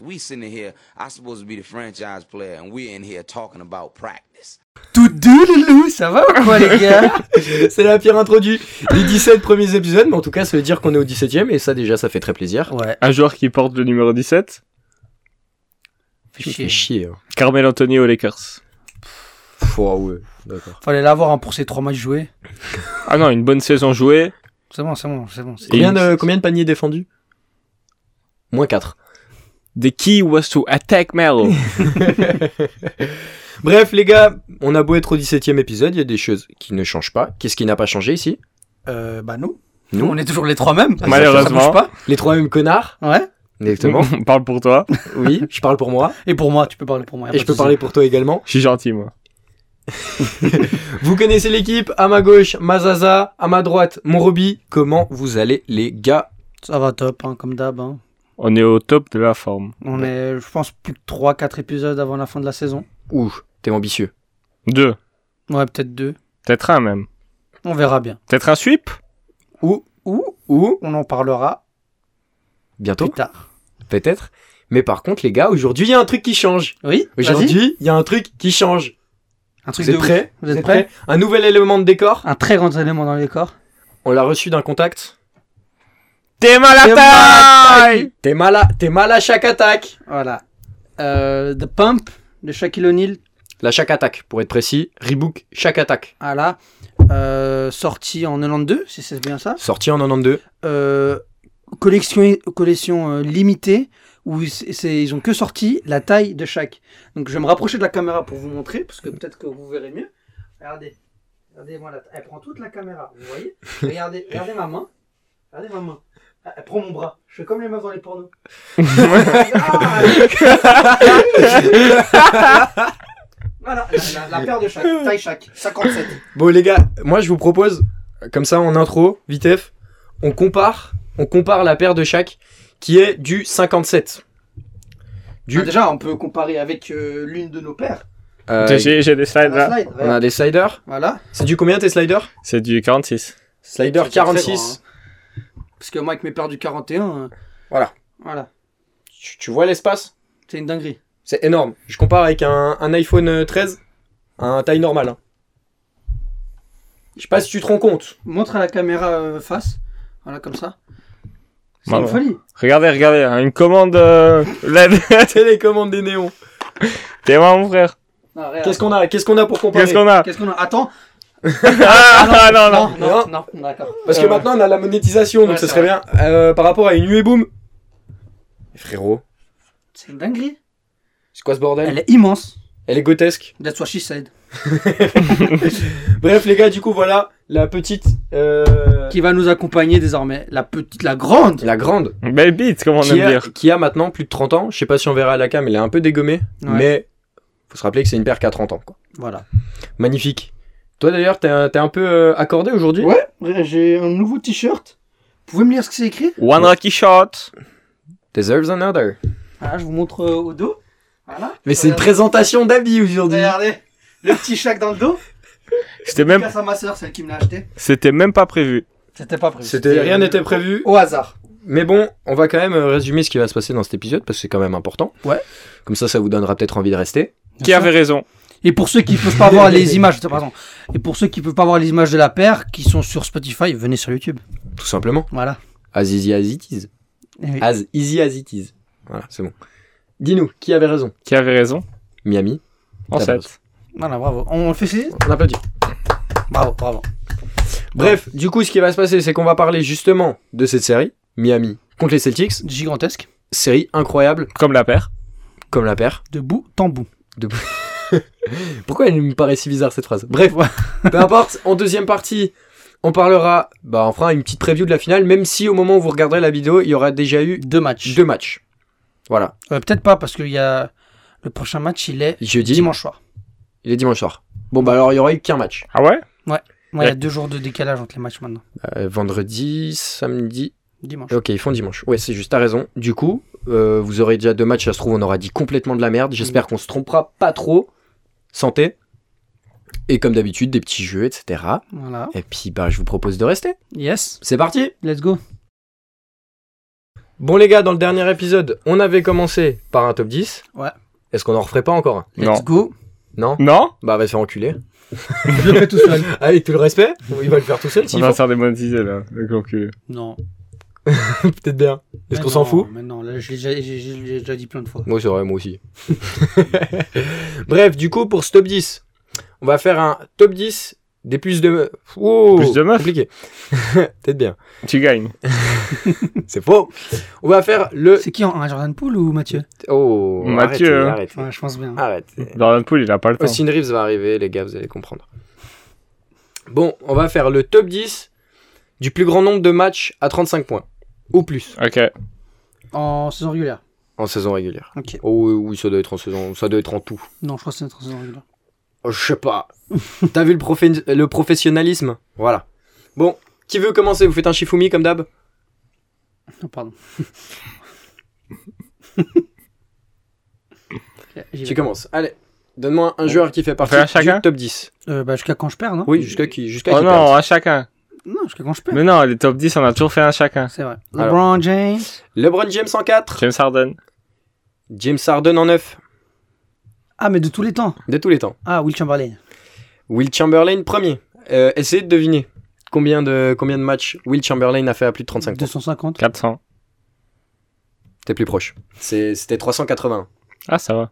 We sitting here, I supposed to be the franchise player, and we in here talking about practice. Tout deux, les loups, ça va ou quoi, les gars C'est la pire intro du- des 17 premiers épisodes, mais en tout cas, ça veut dire qu'on est au 17ème, et ça, déjà, ça fait très plaisir. Ouais, Un joueur qui porte le numéro 17, fais Je chier. fais chier. hein. Carmel Anthony aux Lakers. Pff, ah ouais, d'accord. Fallait l'avoir hein, pour ces trois matchs joués. Ah non, une bonne saison jouée. C'est bon, c'est bon, c'est bon. c'est- Et- Combien de, combien de paniers défendus Moins 4. The key was to attack Melo. Bref, les gars, on a beau être au 17ème épisode, il y a des choses qui ne changent pas. Qu'est-ce qui n'a pas changé ici Euh, bah nous. Nous. on est toujours les trois mêmes. Malheureusement. Ça bouge pas. Les trois mêmes connards, Ouais. exactement. On Parle pour toi. oui, je parle pour moi, Et pour moi, tu peux parler pour moi. y a et pas je de peux souci. parler pour toi également. Je suis gentil, moi. Vous connaissez l'équipe, à ma gauche, Mazaza, à ma droite, mon Roby. Comment vous allez, les gars Ça va top, hein, comme d'hab. hein. On est au top de la forme. On est, je pense, plus que 3-4 épisodes avant la fin de la saison. Ouh, t'es ambitieux. Deux. Ouais, peut-être deux. Peut-être un, même. On verra bien. Peut-être un sweep Ou, ou, ou, On en parlera bientôt, plus tard. peut-être. Mais par contre, les gars, aujourd'hui, il y a un truc qui change. Oui, vas-y. Aujourd'hui, il y a un truc qui change. Un truc Vous êtes de ouf. prêts Vous êtes prêts Un nouvel élément de décor. Un très grand élément dans le décor. On l'a reçu d'un contact. T'es mal à T'es mal à taille T'es mal à, t'es mal à chaque attaque. Voilà. Euh, The Pump de Shaquille O'Neal. La chaque attaque, pour être précis. Rebook, chaque attaque. Voilà. Euh, sorti en 92, si c'est bien ça. Sorti en 92. Euh, collection collection euh, limitée où c'est- c'est- ils ont que sorti la taille de chaque. Donc je vais me rapprocher de la caméra pour vous montrer parce que peut-être que vous verrez mieux. Regardez. Regardez moi la ta- elle prend toute la caméra, vous voyez Regardez, regardez ma main. Regardez ma main. Elle elle prend mon bras. Je fais comme les meufs dans les pornos. Ah, voilà, la, la- la paire de chaque, taille chaque, 57. Bon, les gars, moi, je vous propose, comme ça, en intro, vitef, on compare, on compare la paire de chaque, qui est du 57. Du, Ah, déjà, on peut comparer avec euh, l'une de nos paires. euh, J'ai j'ai des slides, La là. slide, on a des sliders. Voilà. C'est du combien tes sliders C'est du 46. Slider C'est très grand, 46. hein. Parce que moi, avec mes paires du 41, euh, Voilà. voilà, Tu, tu vois l'espace c'est une dinguerie. C'est énorme. Je compare avec un, un iPhone 13, un taille normale. hein. Je sais pas si tu te rends compte. Montre à la caméra euh, face, voilà, comme ça. C'est Bah, une bah. folie. Regardez, regardez. hein, Une commande euh, LED. Télécommande des néons. T'es moi, mon frère. Non, regarde. Qu'est-ce qu'on a Qu'est-ce qu'on a pour comparer Qu'est-ce qu'on a Qu'est-ce qu'on a Attends Ah non, non. non, non, non, d'accord. Parce que Euh, maintenant on a la monétisation, donc ouais, ça c'est serait bien. Euh, par rapport à une UE Boom. Frérot, C'est une dinguerie. c'est quoi ce bordel Elle est immense. Elle est grotesque. That's what she said. Bref les gars, du coup voilà la petite... euh, Qui va nous accompagner désormais. La petite, la grande. La grande Belle bite, comme on qui aime a, dire. qui a maintenant plus de 30 ans. Je sais pas si on verra à la cam, elle est un peu dégommée. Ouais. Mais faut se rappeler que c'est une paire qui a 30 ans. Quoi. Voilà. Magnifique. Toi d'ailleurs, t'es un, t'es un peu euh, accordé aujourd'hui Ouais, j'ai un nouveau t-shirt. Vous pouvez me lire ce que c'est écrit One Rocky Shot. Deserves another. Voilà, je vous montre euh, au dos. Voilà. Euh, Mais c'est une Regardez. présentation d'habits aujourd'hui. Regardez. Le petit chac dans le dos. C'était Même... même, à ma soeur, celle qui me l'a acheté. c'était même pas prévu. C'était pas prévu. C'était, euh, oh. rien n'était prévu. au hasard. Mais bon, on va quand même euh, résumer ce qui va se passer dans cet épisode parce que c'est quand même important. Ouais. Comme ça, ça vous donnera peut-être envie de rester. Qui avait raison Et pour ceux qui peuvent pas voir les images, pardon. Et pour ceux qui peuvent pas voir les images de la paire, qui sont sur Spotify, venez sur YouTube. Tout simplement. Voilà. As easy as it is. Et oui. As easy as it is. Voilà, c'est bon. Dis-nous, qui avait raison Qui avait raison Miami. En T'as fait. Voilà, bravo. On le fait c'est On applaudit. Bravo, bravo. Bref, du coup, ce qui va se passer, c'est qu'on va parler justement de cette série, Miami contre les Celtics. Gigantesque. Série incroyable, Comme la paire. comme la paire. De bout en bout. Pourquoi elle me paraît si bizarre cette phrase Bref, peu importe. En deuxième partie, on parlera, bah, on fera une petite preview de la finale, même si au moment où vous regarderez la vidéo, il y aura déjà eu Deux matchs. deux matchs. Voilà, Euh, Peut-être pas, parce qu'il y a. Le prochain match, il est jeudi, dimanche soir. il est dimanche soir. Bon, bah alors, il y aura eu qu'un match. Ah ouais Moi, il y a Ouais. deux jours de décalage entre les matchs maintenant. Euh, vendredi, samedi. Dimanche. Ok, ils font dimanche. Ouais, c'est juste, t'as raison. Du coup, euh, vous aurez déjà deux matchs, ça se trouve, on aura dit complètement de la merde. J'espère qu'on se trompera pas trop. Santé. Et comme d'habitude, des petits jeux, etc. Voilà. Et puis, bah, je vous propose de rester. Yes. C'est parti Let's go. Bon les gars, dans le dernier épisode, on avait commencé par un top 10. Ouais. Est-ce qu'on en referait pas encore un Non. Let's go. Non Non Bah va se faire enculer. Je le fais tout seul. Avec tout le respect, il va le faire tout seul On s'il va faut. se faire démonétiser là, avec l'enculé. Non. Peut-être bien. Est-ce Mais qu'on s'en non, fout Euh, Mais non, là, je l'ai déjà- j'ai j'ai- j'ai déjà dit plein de fois. Moi c'est vrai, moi aussi. Bref, du coup pour ce top 10, on va faire un top 10 des puces de meufs. Wow, Puces de meufs Compliqué. Peut-être bien. Tu gagnes. C'est faux. On va faire le... C'est qui en un Jordan Poole ou Mathieu Oh, Mathieu. arrêtez, Ouais, Je pense bien. arrêtez. arrêtez. Jordan Poole, il a pas le temps. Austin Reeves va arriver, les gars, vous allez comprendre. Bon, on va faire le top 10 du plus grand nombre de matchs à 35 points. Ou plus. Ok. En saison régulière. En saison régulière. Ok. Oh, oui, oui, ça doit être en saison. Ça doit être en tout. Non, je crois que c'est notre saison régulière. Oh, je sais pas. T'as vu le, profé- le professionnalisme Voilà. Bon, qui veut commencer Vous faites un Shifumi comme d'hab Non, pardon. J'y Tu vais. commences. Allez, donne-moi un joueur qui fait partie fait un du chacun top 10. Euh, bah, jusqu'à quand je perds, non Oui, jusqu'à qui jusqu'à Oh qui non, perde. à chacun. Non, jusqu'à quand je perds. Mais non, les top 10, on a toujours fait un chacun. C'est vrai. Alors. LeBron James. LeBron James en 4. James Harden. James Harden en 9. Ah, mais de tous les temps. De tous les temps. Ah, Will Chamberlain. Will Chamberlain premier. Euh, essayez de deviner combien de, combien de matchs Will Chamberlain a fait à plus de 35 points. 250. 400. T'es plus proche. C'est- C'était 380. Ah, ça va.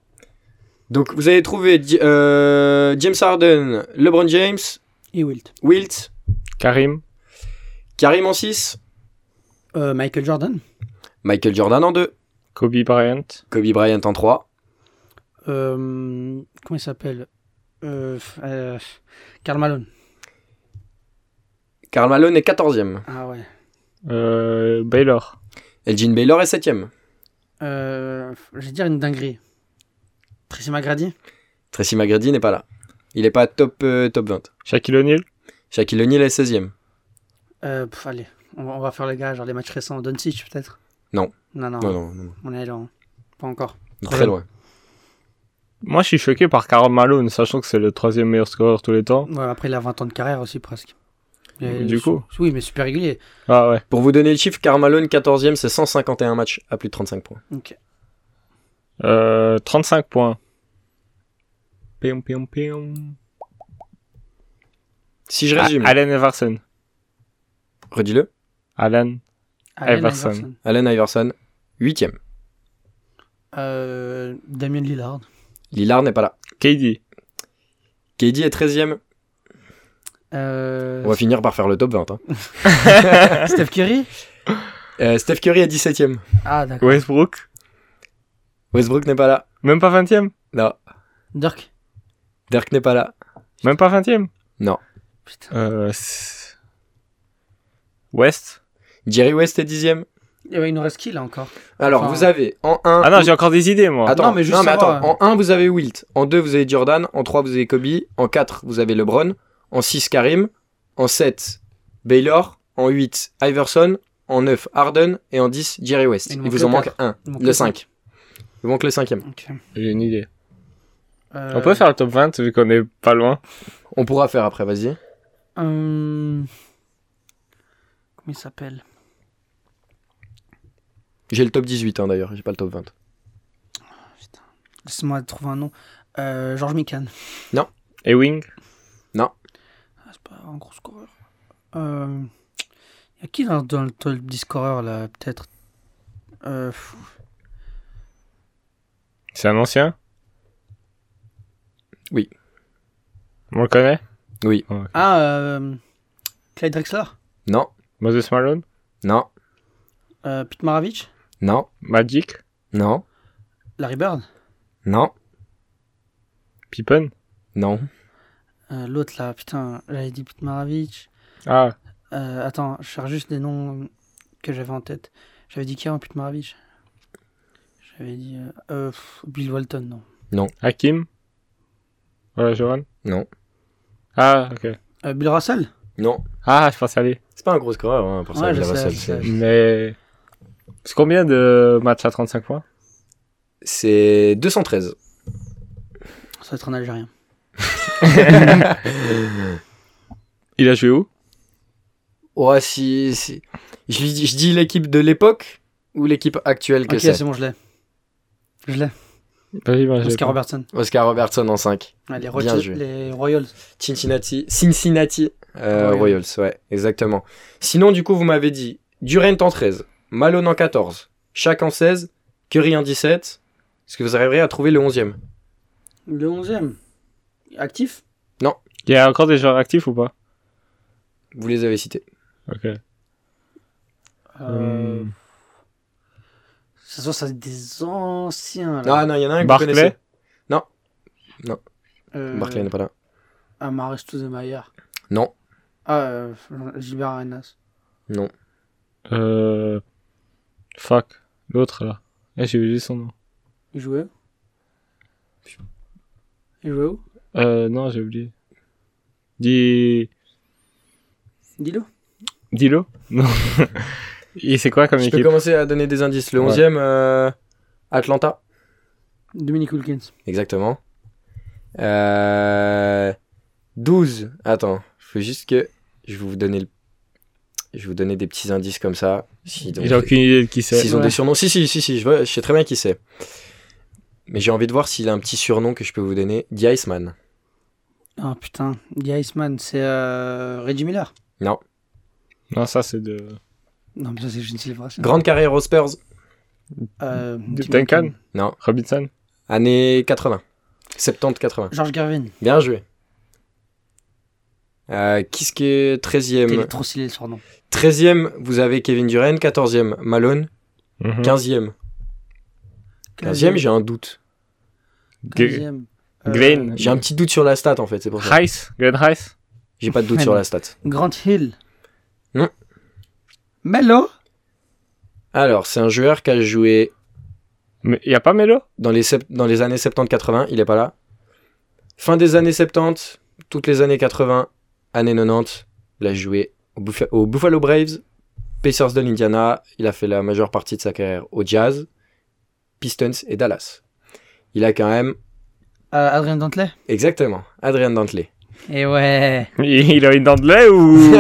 Donc vous avez trouvé J- euh, James Harden, LeBron James, Et Wilt. Wilt, Karim. Karim en 6, Euh, Michael Jordan. Michael Jordan en 2, Kobe Bryant. Kobe Bryant en 3, Euh, comment il s'appelle euh, f- euh, Karl Malone. Karl Malone est 14e, Ah ouais. Euh, Baylor. Elgin Baylor est 7e, Euh, f- je vais dire une dinguerie. Tracy McGrady Tracy McGrady n'est pas là. Il n'est pas top, euh, top 20. Shaquille O'Neal. Shaquille O'Neal est 16e. euh, pff, Allez, on va, on va faire les gars, genre les matchs récents. Doncic peut-être Non. Non, non. Non, non, non, non. On est là. hein. Pas encore. Très loin. Moi, je suis choqué par Karl Malone, sachant que c'est le troisième meilleur scoreur de tous les temps. Ouais, après, il a 20 ans de carrière aussi presque. Du su- coup. Oui, mais super régulier. Ah ouais. Pour vous donner le chiffre, Karl Malone 14e, c'est 151 matchs à plus de 35 points. Ok. Euh, 35 points. Pium, pium, pium. Si je A- résume, Allen Everson. redis-le. Allen. Allen Iverson. Allen Iverson, 8ème. Euh, Damien Lillard. Lillard n'est pas là. KD. KD est 13ème. Euh, On va finir par faire le top 20. hein. Steph Curry Euh, Steph Curry est 17ème. Ah, d'accord. Westbrook. Westbrook n'est pas là. Même pas 20ème. Non. Dirk Dirk n'est pas là. Même pas 20ème. Putain. Euh, c'est- West. Jerry West est 10ème. Eh ouais, il nous reste qui là encore Alors, Enfin- vous avez en 1. Ah non, j'ai encore des idées, moi. Attends, Non, mais juste savoir, euh. attends. En 1, vous avez Wilt. En 2, vous avez Jordan. En 3, vous avez Kobe. En 4, vous avez LeBron. En 6, Karim. En 7, Baylor. En 8, Iverson. En 9, Harden. Et en 10, Jerry West. Il Il, nous vous en manque manque un. Il manque Le le 5. Il vous manque le 5 Ok. J'ai une idée. Euh, On peut faire le top 20 vu qu'on est pas loin. On pourra faire après, vas-y. euh, Comment il s'appelle J'ai le top 18 hein, d'ailleurs, j'ai pas le top 20. Laisse-moi trouver un nom. Euh, George Mikan. Et Wing. Ah, c'est pas un gros scoreur. Euh... Y a qui dans, dans le top 10 scoreur là Peut-être. Euh, pff, C'est un ancien Oui. On le connaît Ah, euh... Clyde Drexler Non, Moses Malone non, euh, Pete Maravich non, Magic non, Larry Bird non, Pippen non. Euh, L'autre là, putain, j'avais dit Pete Maravich. Ah, Euh, attends, je cherche juste des noms que j'avais en tête. J'avais dit qui avant Pete Maravich J'avais dit. euh, euh, pff, Bill Walton, non. Hakim Voilà, Johan Non. Ah, ok. Euh, Bill Russell Non. Ah, je pense à lui. C'est pas un gros scoreur hein, pour ça. Ouais, Bill je sais, Russell, je c'est- sais. Mais. C'est combien de matchs à 35 points C'est 213. Ça va être un Algérien. Il a joué où Ouais, si, si. Je, lui dis- je dis l'équipe de l'époque, ou l'équipe actuelle que Ok, c'est c'est bon, je l'ai. Je l'ai. Vas-y, ben, j'ai Oscar pas. Robertson. Oscar Robertson en 5. Ouais, les, Bien Royals- joué. les Royals. Cincinnati. Cincinnati euh, Royals. Royals, ouais, exactement. Sinon, du coup, vous m'avez dit Durant en 13, Malone en 14, Shaq en 16, Curry en 17. Est-ce que vous arriverez à trouver le 11e Le 11ème. Actif Il y a encore des joueurs actifs ou pas Vous les avez cités. Ok. euh... Hmm. Ça se voit, ça c'est des anciens. Là. Ah non, il y en a un que Barclay vous connaissez. euh... Barclay n'est pas là. Amaris Toudemayer. Non. Ah, euh, Gilbert Arenas. Euh... Fuck. L'autre là. Eh, j'ai oublié son nom. Il jouait où Il jouait où Euh, non, j'ai oublié. Dis... Dis-le. Dilo Non. Et c'est quoi comme Je peux équipe commencer à donner des indices. Le Ouais. 11e, euh, Atlanta. Dominique Wilkins. Exactement. Euh, 12. Attends, il faut juste que je vous donne le... je vais vous donner des petits indices comme ça. Si donc- J'ai aucune idée de qui c'est. S'ils ont Ouais. des surnoms. Si, si, si, si, je, vois- je sais très bien qui c'est. Mais j'ai envie de voir s'il a un petit surnom que je peux vous donner. The Iceman. Ah putain, The Iceman, c'est euh, Reggie Miller. Non, ça c'est de. Non, mais ça c'est Gene Silva. ça. Grande carrière aux Spurs, Euh, De Tim Duncan. Duncan Non. Robinson années 80. 70-80. George Garvin. Bien joué. Euh, Qu'est-ce que Il est 13e trop stylé le surnom. 13e, vous avez Kevin Durant. 14e, Malone. Mhm. 15e. 15e, j'ai un doute. 15e. Euh, Glenn. J'ai un petit doute sur la stat en fait, c'est pour ça. Rice Glenn Rice J'ai pas de doute sur la stat. Grant Hill. Non. Melo. Alors, c'est un joueur qui a joué Mais y a pas Melo dans les, sept- dans les années 70-80, il est pas là. Fin des années 70, toutes les années 80, années 90, il a joué au Buff- aux Buffalo Braves, Pacers de l'Indiana, il a fait la majeure partie de sa carrière au Jazz, Pistons et Dallas. Il a quand même, Euh, Adrien Dantley. exactement, Adrien Dantley. Et ouais. Il a une dent de lait ou.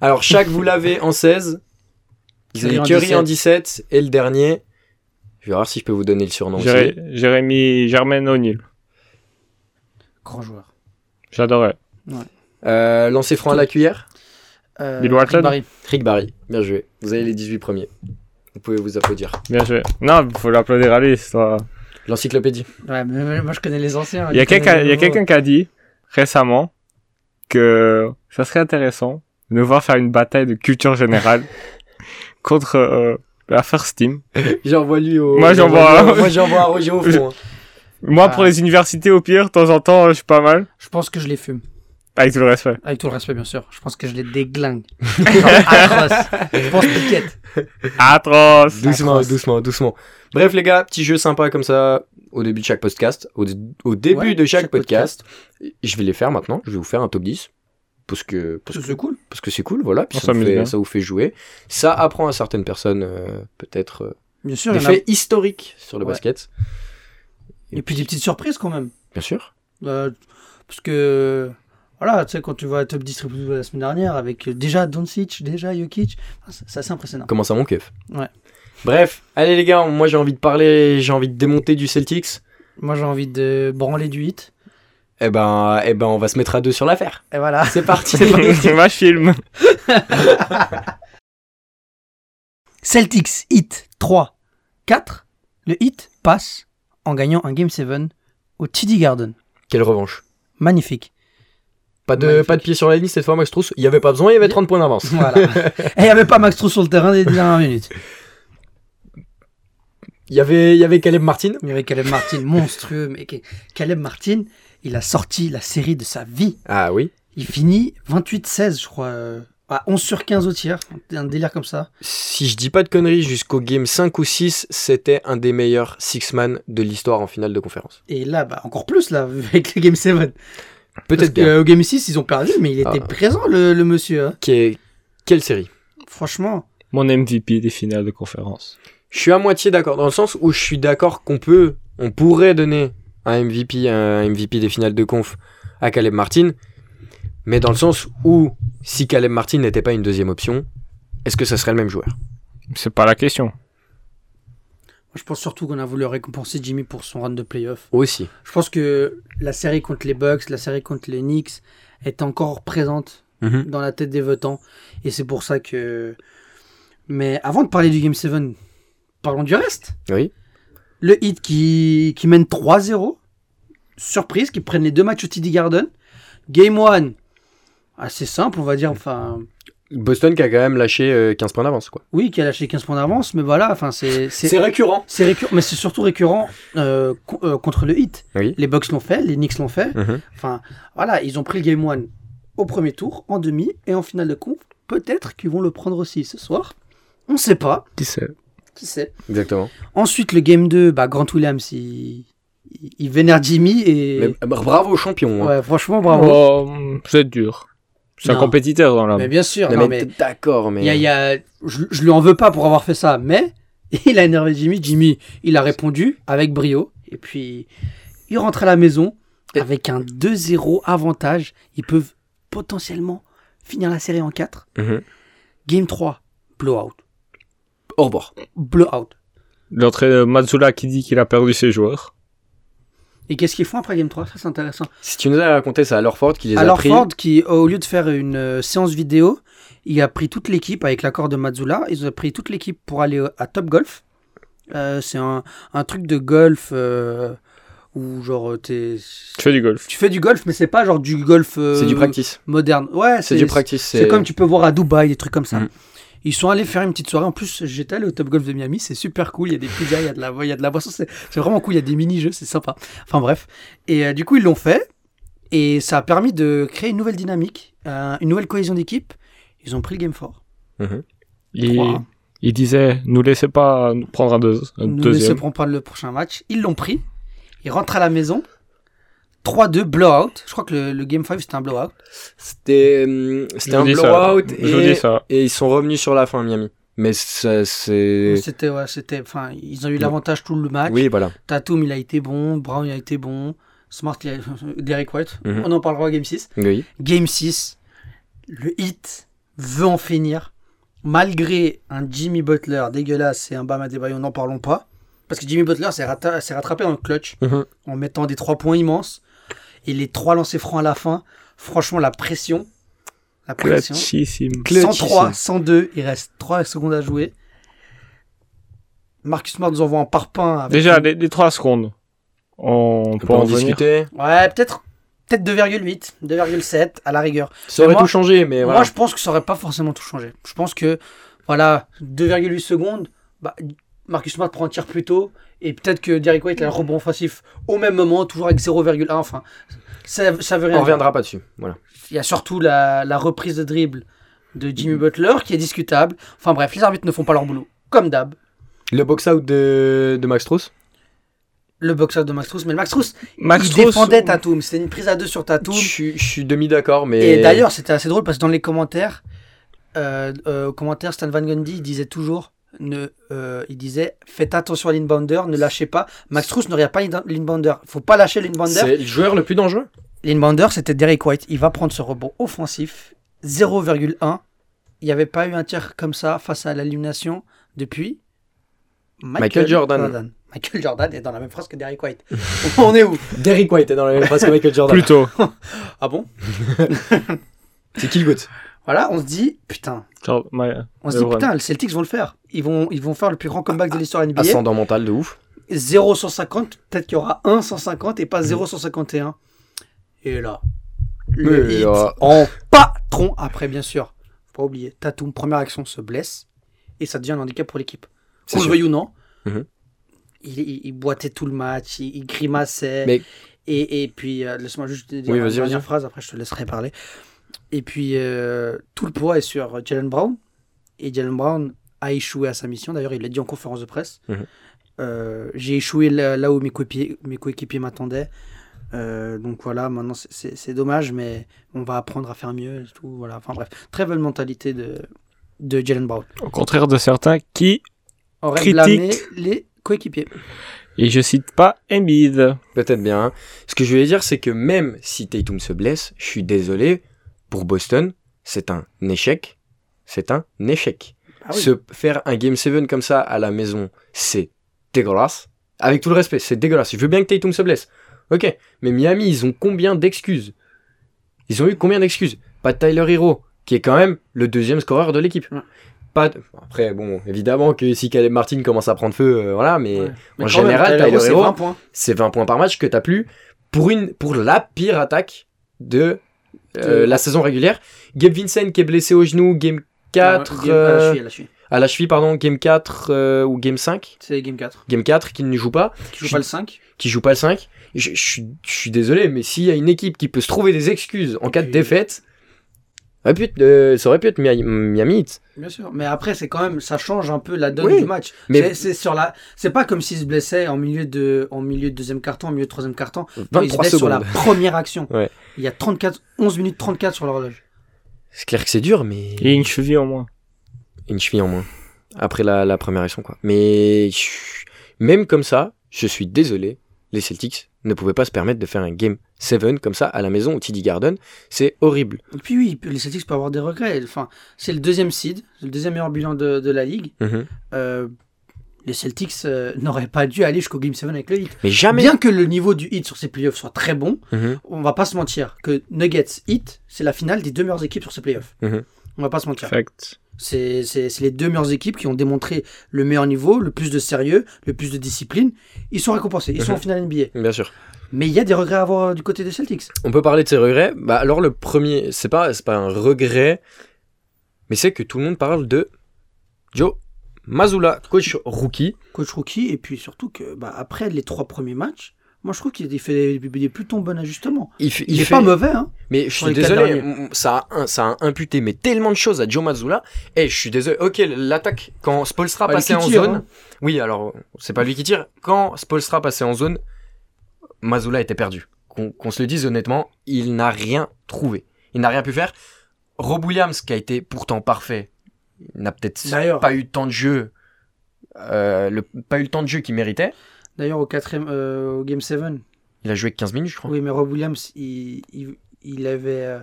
Alors, chaque vous l'avez en 16, vous avez Curry en Curry en 17, et le dernier, je vais voir si je peux vous donner le surnom aussi. Jéré- Jérémy Germaine O'Neill. Grand joueur. J'adorais. Euh, lancer franc à la cuillère Euh, Bill Walton. Rick Barry. Rick Barry, bien joué. Vous avez les 18 premiers. Vous pouvez vous applaudir. Bien joué. Non, faut l'applaudir à lui. c'est pas- L'encyclopédie. Ouais, mais mais moi je connais les anciens. Il y a je connais quelqu'un les y a nouveaux. quelqu'un qui a dit récemment que ça serait intéressant de nous voir faire une bataille de culture générale contre euh, la First Team. J'envoie lui au. Moi, j'envoie un- Moi j'envoie un Roger au fond. hein. Moi, Ah. pour les universités, au pire, de temps en temps, je suis pas mal. Je pense que je les fume. Avec tout le respect. Avec tout le respect, bien sûr. Je pense que je les déglingue. Genre atroce. Je pense piquette. Atroce Doucement, Atroce. doucement, doucement. Bref, les gars, petit jeu sympa comme ça au début de chaque podcast. Au, dé- au début Ouais, de chaque, chaque podcast. Je vais les faire maintenant. Je vais vous faire un top 10. Parce que, parce Parce que que c'est cool. parce que c'est cool, voilà. Puis On ça, vous s'amuse fait, bien. ça vous fait jouer. Ça apprend à certaines personnes, euh, peut-être, euh, Bien sûr. des il y en a- faits historiques sur le Ouais. basket. Et puis des petites surprises quand même. Bien sûr. Euh, parce que, voilà, tu sais, quand tu vois la top 10 triple double la semaine dernière avec euh, déjà Doncic, déjà Jokic, enfin, c'est c'est assez impressionnant. Comment ça, mon keuf Ouais. Bref, allez les gars, moi j'ai envie de parler, j'ai envie de démonter du Celtics. Moi, j'ai envie de branler du hit. Eh ben, eh ben, on va se mettre à deux sur l'affaire. Et voilà. C'est parti. Moi, je filme. Celtics hit 3, 4. Le hit passe en gagnant un Game 7 au TD Garden. Quelle revanche. Magnifique. Pas de, Magnifique. pas de pied sur la ligne cette fois, Max Trousse. Il n'y avait pas besoin, il y avait 30 points d'avance. Voilà. Et il n'y avait pas Max Trou sur le terrain des dernières minutes. Il y avait, il y avait Caleb Martin. Il y avait Caleb Martin, monstrueux. Mais que- Caleb Martin, il a sorti la série de sa vie. Ah oui. Il finit 28-16, je crois. euh, À 11 sur 15 au tir. Un délire comme ça. Si je dis pas de conneries, jusqu'au game 5 ou 6, c'était un des meilleurs six-man de l'histoire en finale de conférence. Et là, bah, encore plus, là, avec le Game 7. Parce Peut-être que, bien. euh, au Game 6, ils ont perdu, mais il était Ah. présent, le, le monsieur. hein. Que- Quelle série. Franchement. Mon MVP des finales de conférence. Je suis à moitié d'accord, dans le sens où je suis d'accord qu'on peut, on pourrait donner un MVP, un MVP des finales de conf à Caleb Martin, mais dans le sens où si Caleb Martin n'était pas une deuxième option, est-ce que ça serait le même joueur C'est pas la question. Moi, je pense surtout qu'on a voulu récompenser Jimmy pour son run de playoff. Aussi. Je pense que la série contre les Bucks, la série contre les Knicks est encore présente Mhm. dans la tête des votants. Et c'est pour ça que. Mais avant de parler du Game 7, parlons du reste. Oui. Le hit qui, qui mène 3-0. Surprise, qui prennent les deux matchs au TD Garden. Game 1, assez simple, on va dire. Enfin, Boston qui a quand même lâché euh, 15 points d'avance, quoi. oui, qui a lâché 15 points d'avance, mais voilà, enfin, c'est. c'est- récurrent. c'est récurrent, mais c'est surtout récurrent euh, co- euh, contre le hit. Oui. Les Bucks l'ont fait, les Knicks l'ont fait. Mhm. Enfin, voilà, ils ont pris le game one au premier tour, en demi et en finale de conf. Peut-être qu'ils vont le prendre aussi ce soir. On sait pas, Qui sait qui sait. Exactement. Ensuite, le game 2, bah, Grant Williams, il, il- il vénère Jimmy et. Mais bah, bravo aux champions. hein. Ouais, franchement, bravo. Oh, c'est dur. C'est un Non. compétiteur dans Mais l'âme. bien sûr, Oh. Non, non, mais mais. t- D'accord, mais. il y a- il y a- je, je lui en veux pas pour avoir fait ça, mais il a énervé Jimmy. Jimmy, il a répondu avec brio. Et puis, il rentre à la maison avec un 2-0 avantage. Ils peuvent potentiellement finir la série en 4. Mhm. Game 3, blowout. Au revoir. Blowout. L'entraîneur Matsula qui dit qu'il a perdu ses joueurs. Et qu'est-ce qu'ils font après Game 3 Ça, c'est intéressant. Si tu nous as raconté ça à Lorford qui les a Alors, pris. Ford, qui, au lieu de faire une euh, séance vidéo, il a pris toute l'équipe avec l'accord de Mazzula. Ils ont pris toute l'équipe pour aller euh, à Top Golf. Euh, c'est un, un truc de golf euh, où, genre, euh, t'es- Tu fais du golf. tu fais du golf, mais c'est pas genre du golf euh, C'est du practice. moderne. Ouais, C'est du practice. C'est comme tu peux voir à Dubaï, des trucs comme ça. Mhm. Ils sont allés faire une petite soirée. En plus, j'étais allé au Top Golf de Miami. C'est super cool. Il y a des pizzas, il y a de la, il y a de la boisson. C'est c'est vraiment cool. Il y a des mini-jeux. C'est sympa. Enfin bref. Et euh, du coup, ils l'ont fait. Et ça a permis de créer une nouvelle dynamique, euh, une nouvelle cohésion d'équipe. Ils ont pris le game fort. Il, Trois. il disait, nous laissez pas nous prendre un, deux- un Nous ne se deuxième. prend pas le prochain match. Ils l'ont pris. Ils rentrent à la maison. 3-2, blowout. Je crois que le, le game 5, c'était un blowout. C'était hum, c'était Je un vous dis ça. blowout Je vous et, dis ça. et ils sont revenus sur la fin Miami. Mais ça, c'est. C'était, ouais, c'était, enfin, ils ont eu l'avantage tout le match. Oui, voilà. Tatum, il a été bon. Brown, il a été bon. Smart, il a... Derek White. Mhm. On en parlera au Game 6. Oui. Game 6, le hit veut en finir. Malgré un Jimmy Butler dégueulasse et un Bam Adebayo, n'en parlons pas. Parce que Jimmy Butler s'est rata- s'est rattrapé dans le clutch Mhm. en mettant des trois points immenses. Et les trois lancers francs à la fin, franchement, la pression. La pression. Clutchissime. 103, 102, il reste 3 secondes à jouer. Marcus Smart nous envoie un parpaing. Avec Déjà, une- les, les trois secondes. On On peut peut en en venir. discuter. Ouais, peut-être peut-être 2,8, 2,7 à la rigueur. Ça aurait Moi- tout changé, mais voilà. Moi, je pense que ça aurait pas forcément tout changé. Je pense que, voilà, 2,8 secondes, bah, Marcus Smart prend un tir plus tôt, et peut-être que Derrick White a un rebond offensif au même moment, toujours avec 0,1. Enfin, ça, ça veut rien On dire. reviendra pas dessus. Voilà. Il y a surtout la, la reprise de dribble de Jimmy Butler qui est discutable. Enfin bref, les arbitres ne font pas leur boulot, comme d'hab. Le box-out de, de Max Strauss Le boxeur de Max Truss, mais le Max Truss, Max il Strus, oh. défendait Tatum. C'était une prise à deux sur Tatum. Je suis- je suis demi d'accord, mais. Et d'ailleurs, c'était assez drôle parce que dans les commentaires, euh, euh, aux commentaires, Stan Van Gundy il disait toujours, ne, euh, il disait, faites attention à l'inbounder, ne lâchez pas. Max Truss ne regarde pas l'ind- l'inbounder. Faut pas lâcher l'inbounder. c'est le joueur le plus dangereux. L'inbounder, c'était Derek White. Il va prendre ce rebond offensif, 0,1. Il n'y avait pas eu un tir comme ça face à l'élimination depuis Michael Jordan. Michael Jordan est dans la même phrase que Derek White. On est où Derrick White est dans la même phrase que Michael Jordan. Plutôt. Ah bon C'est qui le goat Voilà, on se dit, putain. Genre, ma- On se Euh, Le dit, run. putain, les Celtics vont le faire. Ils vont, ils vont faire le plus grand comeback Ah, de l'histoire NBA. Ascendant mental de ouf. 0 150, peut-être qu'il y aura 1 150 et Mm. pas 0 151. Et là, le Oui, hit là. en patron. Après, bien sûr, faut pas oublier, Tatum, première action, se blesse et ça devient un handicap pour l'équipe. C'est Qu'on le sûr. veuille ou non, Mhm. il, il- il boitait tout le match, il, il grimaçait. Mais- Et, et puis, euh, laisse-moi juste te dire Oui, une vas-y, dernière vas-y. phrase, après je te laisserai parler. Et puis, euh, tout le poids est sur Jalen Brown. Et Jalen Brown a échoué à sa mission. D'ailleurs, il l'a dit en conférence de presse. Mhm. Euh, J'ai échoué là, là où mes coéquipiers mes coéquipiers m'attendaient. Euh, donc voilà, maintenant c'est- c'est c'est dommage, mais on va apprendre à faire mieux. Et tout, voilà. Enfin bref, très bonne mentalité de, de Jalen Brown. Au contraire de certains qui, Aurait Critique. blâmé les coéquipiers. et je cite pas Embiid. Peut-être bien. hein. Ce que je voulais dire, c'est que même si Tatum se blesse, je suis désolé, pour Boston, c'est un échec. C'est un échec. Ah Se faire un Game 7 comme ça à la maison, c'est dégueulasse. Avec tout le respect, c'est dégueulasse. Je veux bien que Tatum se blesse. Ok, mais Miami, ils ont combien d'excuses Ils ont eu combien d'excuses Pas de Tyler Hero, qui est quand même le deuxième scoreur de l'équipe. Ouais. Pas de- Après, bon, évidemment que si Caleb Martin commence à prendre feu, euh, voilà, mais Ouais. en général, Tyler c'est Hero, 20 points. c'est 20 points par match que t'as plus pour, une, pour la pire attaque de euh, De- la saison régulière. Gabe Vincent qui est blessé au genou, game 4, Game- ah, euh, la cheville, la cheville. à la cheville, pardon, game 4 euh, ou game 5, C'est Game 4. game 4 qui ne joue pas, Tu joues Je- pas le 5 qui joue pas le 5. Je, je suis- je suis désolé, mais s'il y a une équipe qui peut se trouver des excuses en cas de Et- défaite, ça aurait pu être, euh, ça aurait pu être Miami- Miami Heat. Bien sûr, mais après c'est quand même ça change un peu la donne Oui, du match. mais- C'est- c'est sur la, c'est pas comme s'ils se blessaient en milieu de, en milieu de deuxième carton, en milieu de troisième carton. Ils se 23 blessent sur la secondes. première action. Ouais. Il y a 34, 11 minutes 34 sur l'horloge. C'est clair que c'est dur, mais Et une cheville en moins. une cheville en moins. Après la, la première action, quoi. Mais je- même comme ça, je suis désolé, les Celtics ne pouvaient pas se permettre de faire un game 7 comme ça à la maison au TD Garden. C'est horrible. Et puis oui, les Celtics peuvent avoir des regrets. Enfin, c'est le deuxième seed, c'est le deuxième meilleur bilan de, de la ligue. Euh, les Celtics euh, n'auraient pas dû aller jusqu'au Game 7 avec le hit. Ah, Mais jamais. Bien que le niveau du hit sur ces playoffs soit très bon, Mhm. on va pas se mentir que Nuggets hit, c'est la finale des deux meilleures équipes sur ces playoffs. Mhm. On va pas se mentir. Fact. C'est c'est- c'est les deux meilleures équipes qui ont démontré le meilleur niveau, le plus de sérieux, le plus de discipline. Ils sont récompensés, ils sont en finale NBA. Bien sûr. Mais il y a des regrets à avoir euh, du côté des Celtics. On peut parler de ses regrets. Bah alors le premier, c'est pas c'est pas un regret, mais c'est que tout le monde parle de Joe Mazula, coach rookie. Coach rookie, et puis surtout que bah, après les trois premiers matchs, moi je trouve qu'il fait des, des plutôt bons ajustements. Il, f- Il, est fait- pas mauvais, hein. Mais je Sur suis les quatre désolé, derniers. m- ça a, un- ça a imputé mais tellement de choses à Joe Mazzulla. Et je suis désolé. Ok, l'attaque quand Spolstra Bah, passait lui en qui tire, zone. hein. Oui, alors c'est pas lui qui tire. Quand Spolstra passait en zone, Mazzulla était perdu. Qu'on qu'on se le dise honnêtement, il n'a rien trouvé. Il n'a rien pu faire. Rob Williams qui a été pourtant parfait, n'a peut-être D'ailleurs. pas eu tant de jeu, euh, le, pas eu le temps de jeu qu'il méritait. D'ailleurs, au, quatrième, euh, au Game 7, Il a joué que 15 minutes, je crois. oui, mais Rob Williams, il, il, il avait, euh,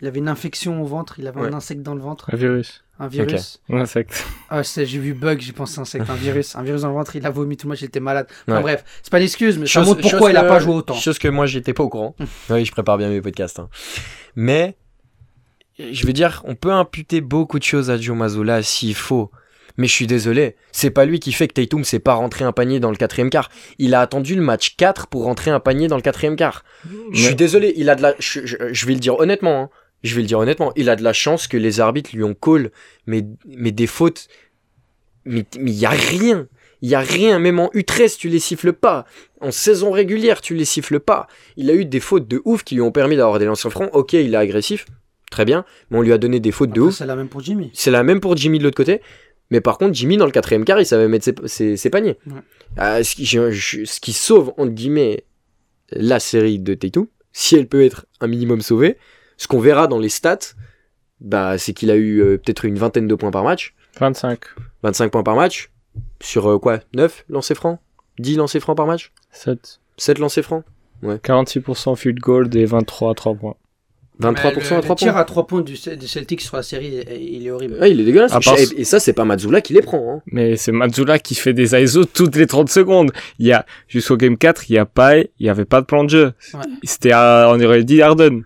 il avait une infection au ventre, il avait Ouais. un insecte dans le ventre, Un virus. un virus. Un insecte. Ah, c'est- j'ai vu bug, j'ai pensé insecte, un virus, un virus dans le ventre, il a vomi tout le match, il était malade. Enfin Ouais. bref, c'est pas l'excuse, mais ça Chose- montre pourquoi chose il a que- pas joué autant. Hmm. Chose que moi, j'étais pas au courant. oui, je prépare bien mes podcasts. hein. Mais, je veux dire, on peut imputer beaucoup de choses à Joe Mazzola s'il faut. Mais je suis désolé, c'est pas lui qui fait que Tatum s'est pas rentré un panier dans le quatrième quart. Il a attendu le match 4 pour rentrer un panier dans le quatrième quart. Je suis Mais- désolé, il a de la. Je, je- je vais le dire honnêtement. hein. Je vais le dire honnêtement. Il a de la chance que les arbitres lui ont call, mais, mais des fautes. Mais il y a rien. Il y a rien. Même en U13, tu les siffles pas. En saison régulière, tu les siffles pas. Il a eu des fautes de ouf qui lui ont permis d'avoir des lancers francs. Ok, il est agressif. Très bien. Mais on lui a donné des fautes de Après, ouf. C'est la même pour Jimmy. C'est la même pour Jimmy de l'autre côté. Mais par contre, Jimmy, dans le quatrième quart, il savait mettre ses, ses- ses paniers. Ouais. Ah, ce, qui, je- je- ce qui sauve, entre guillemets, la série de Tatum, si elle peut être un minimum sauvée, ce qu'on verra dans les stats, bah, c'est qu'il a eu euh, peut-être une vingtaine de points par match, 25. 25 points par match, sur euh, quoi 9 lancers francs 10 lancers francs par match 7. 7 lancers francs 46% field goal et 23 à 3 points. 23% à 3 Le tir points à 3 points du, des Celtics sur la série, il est- il est horrible. Ouais, il est dégueulasse. À part- Et, et ça, c'est pas Mazzola qui les prend. hein. Mais c'est Mazzula qui fait des ISO toutes les 30 secondes. Il y a, jusqu'au game 4, il y a pas, il y avait pas de plan de jeu. Ouais. C'était, à- on aurait dit Harden.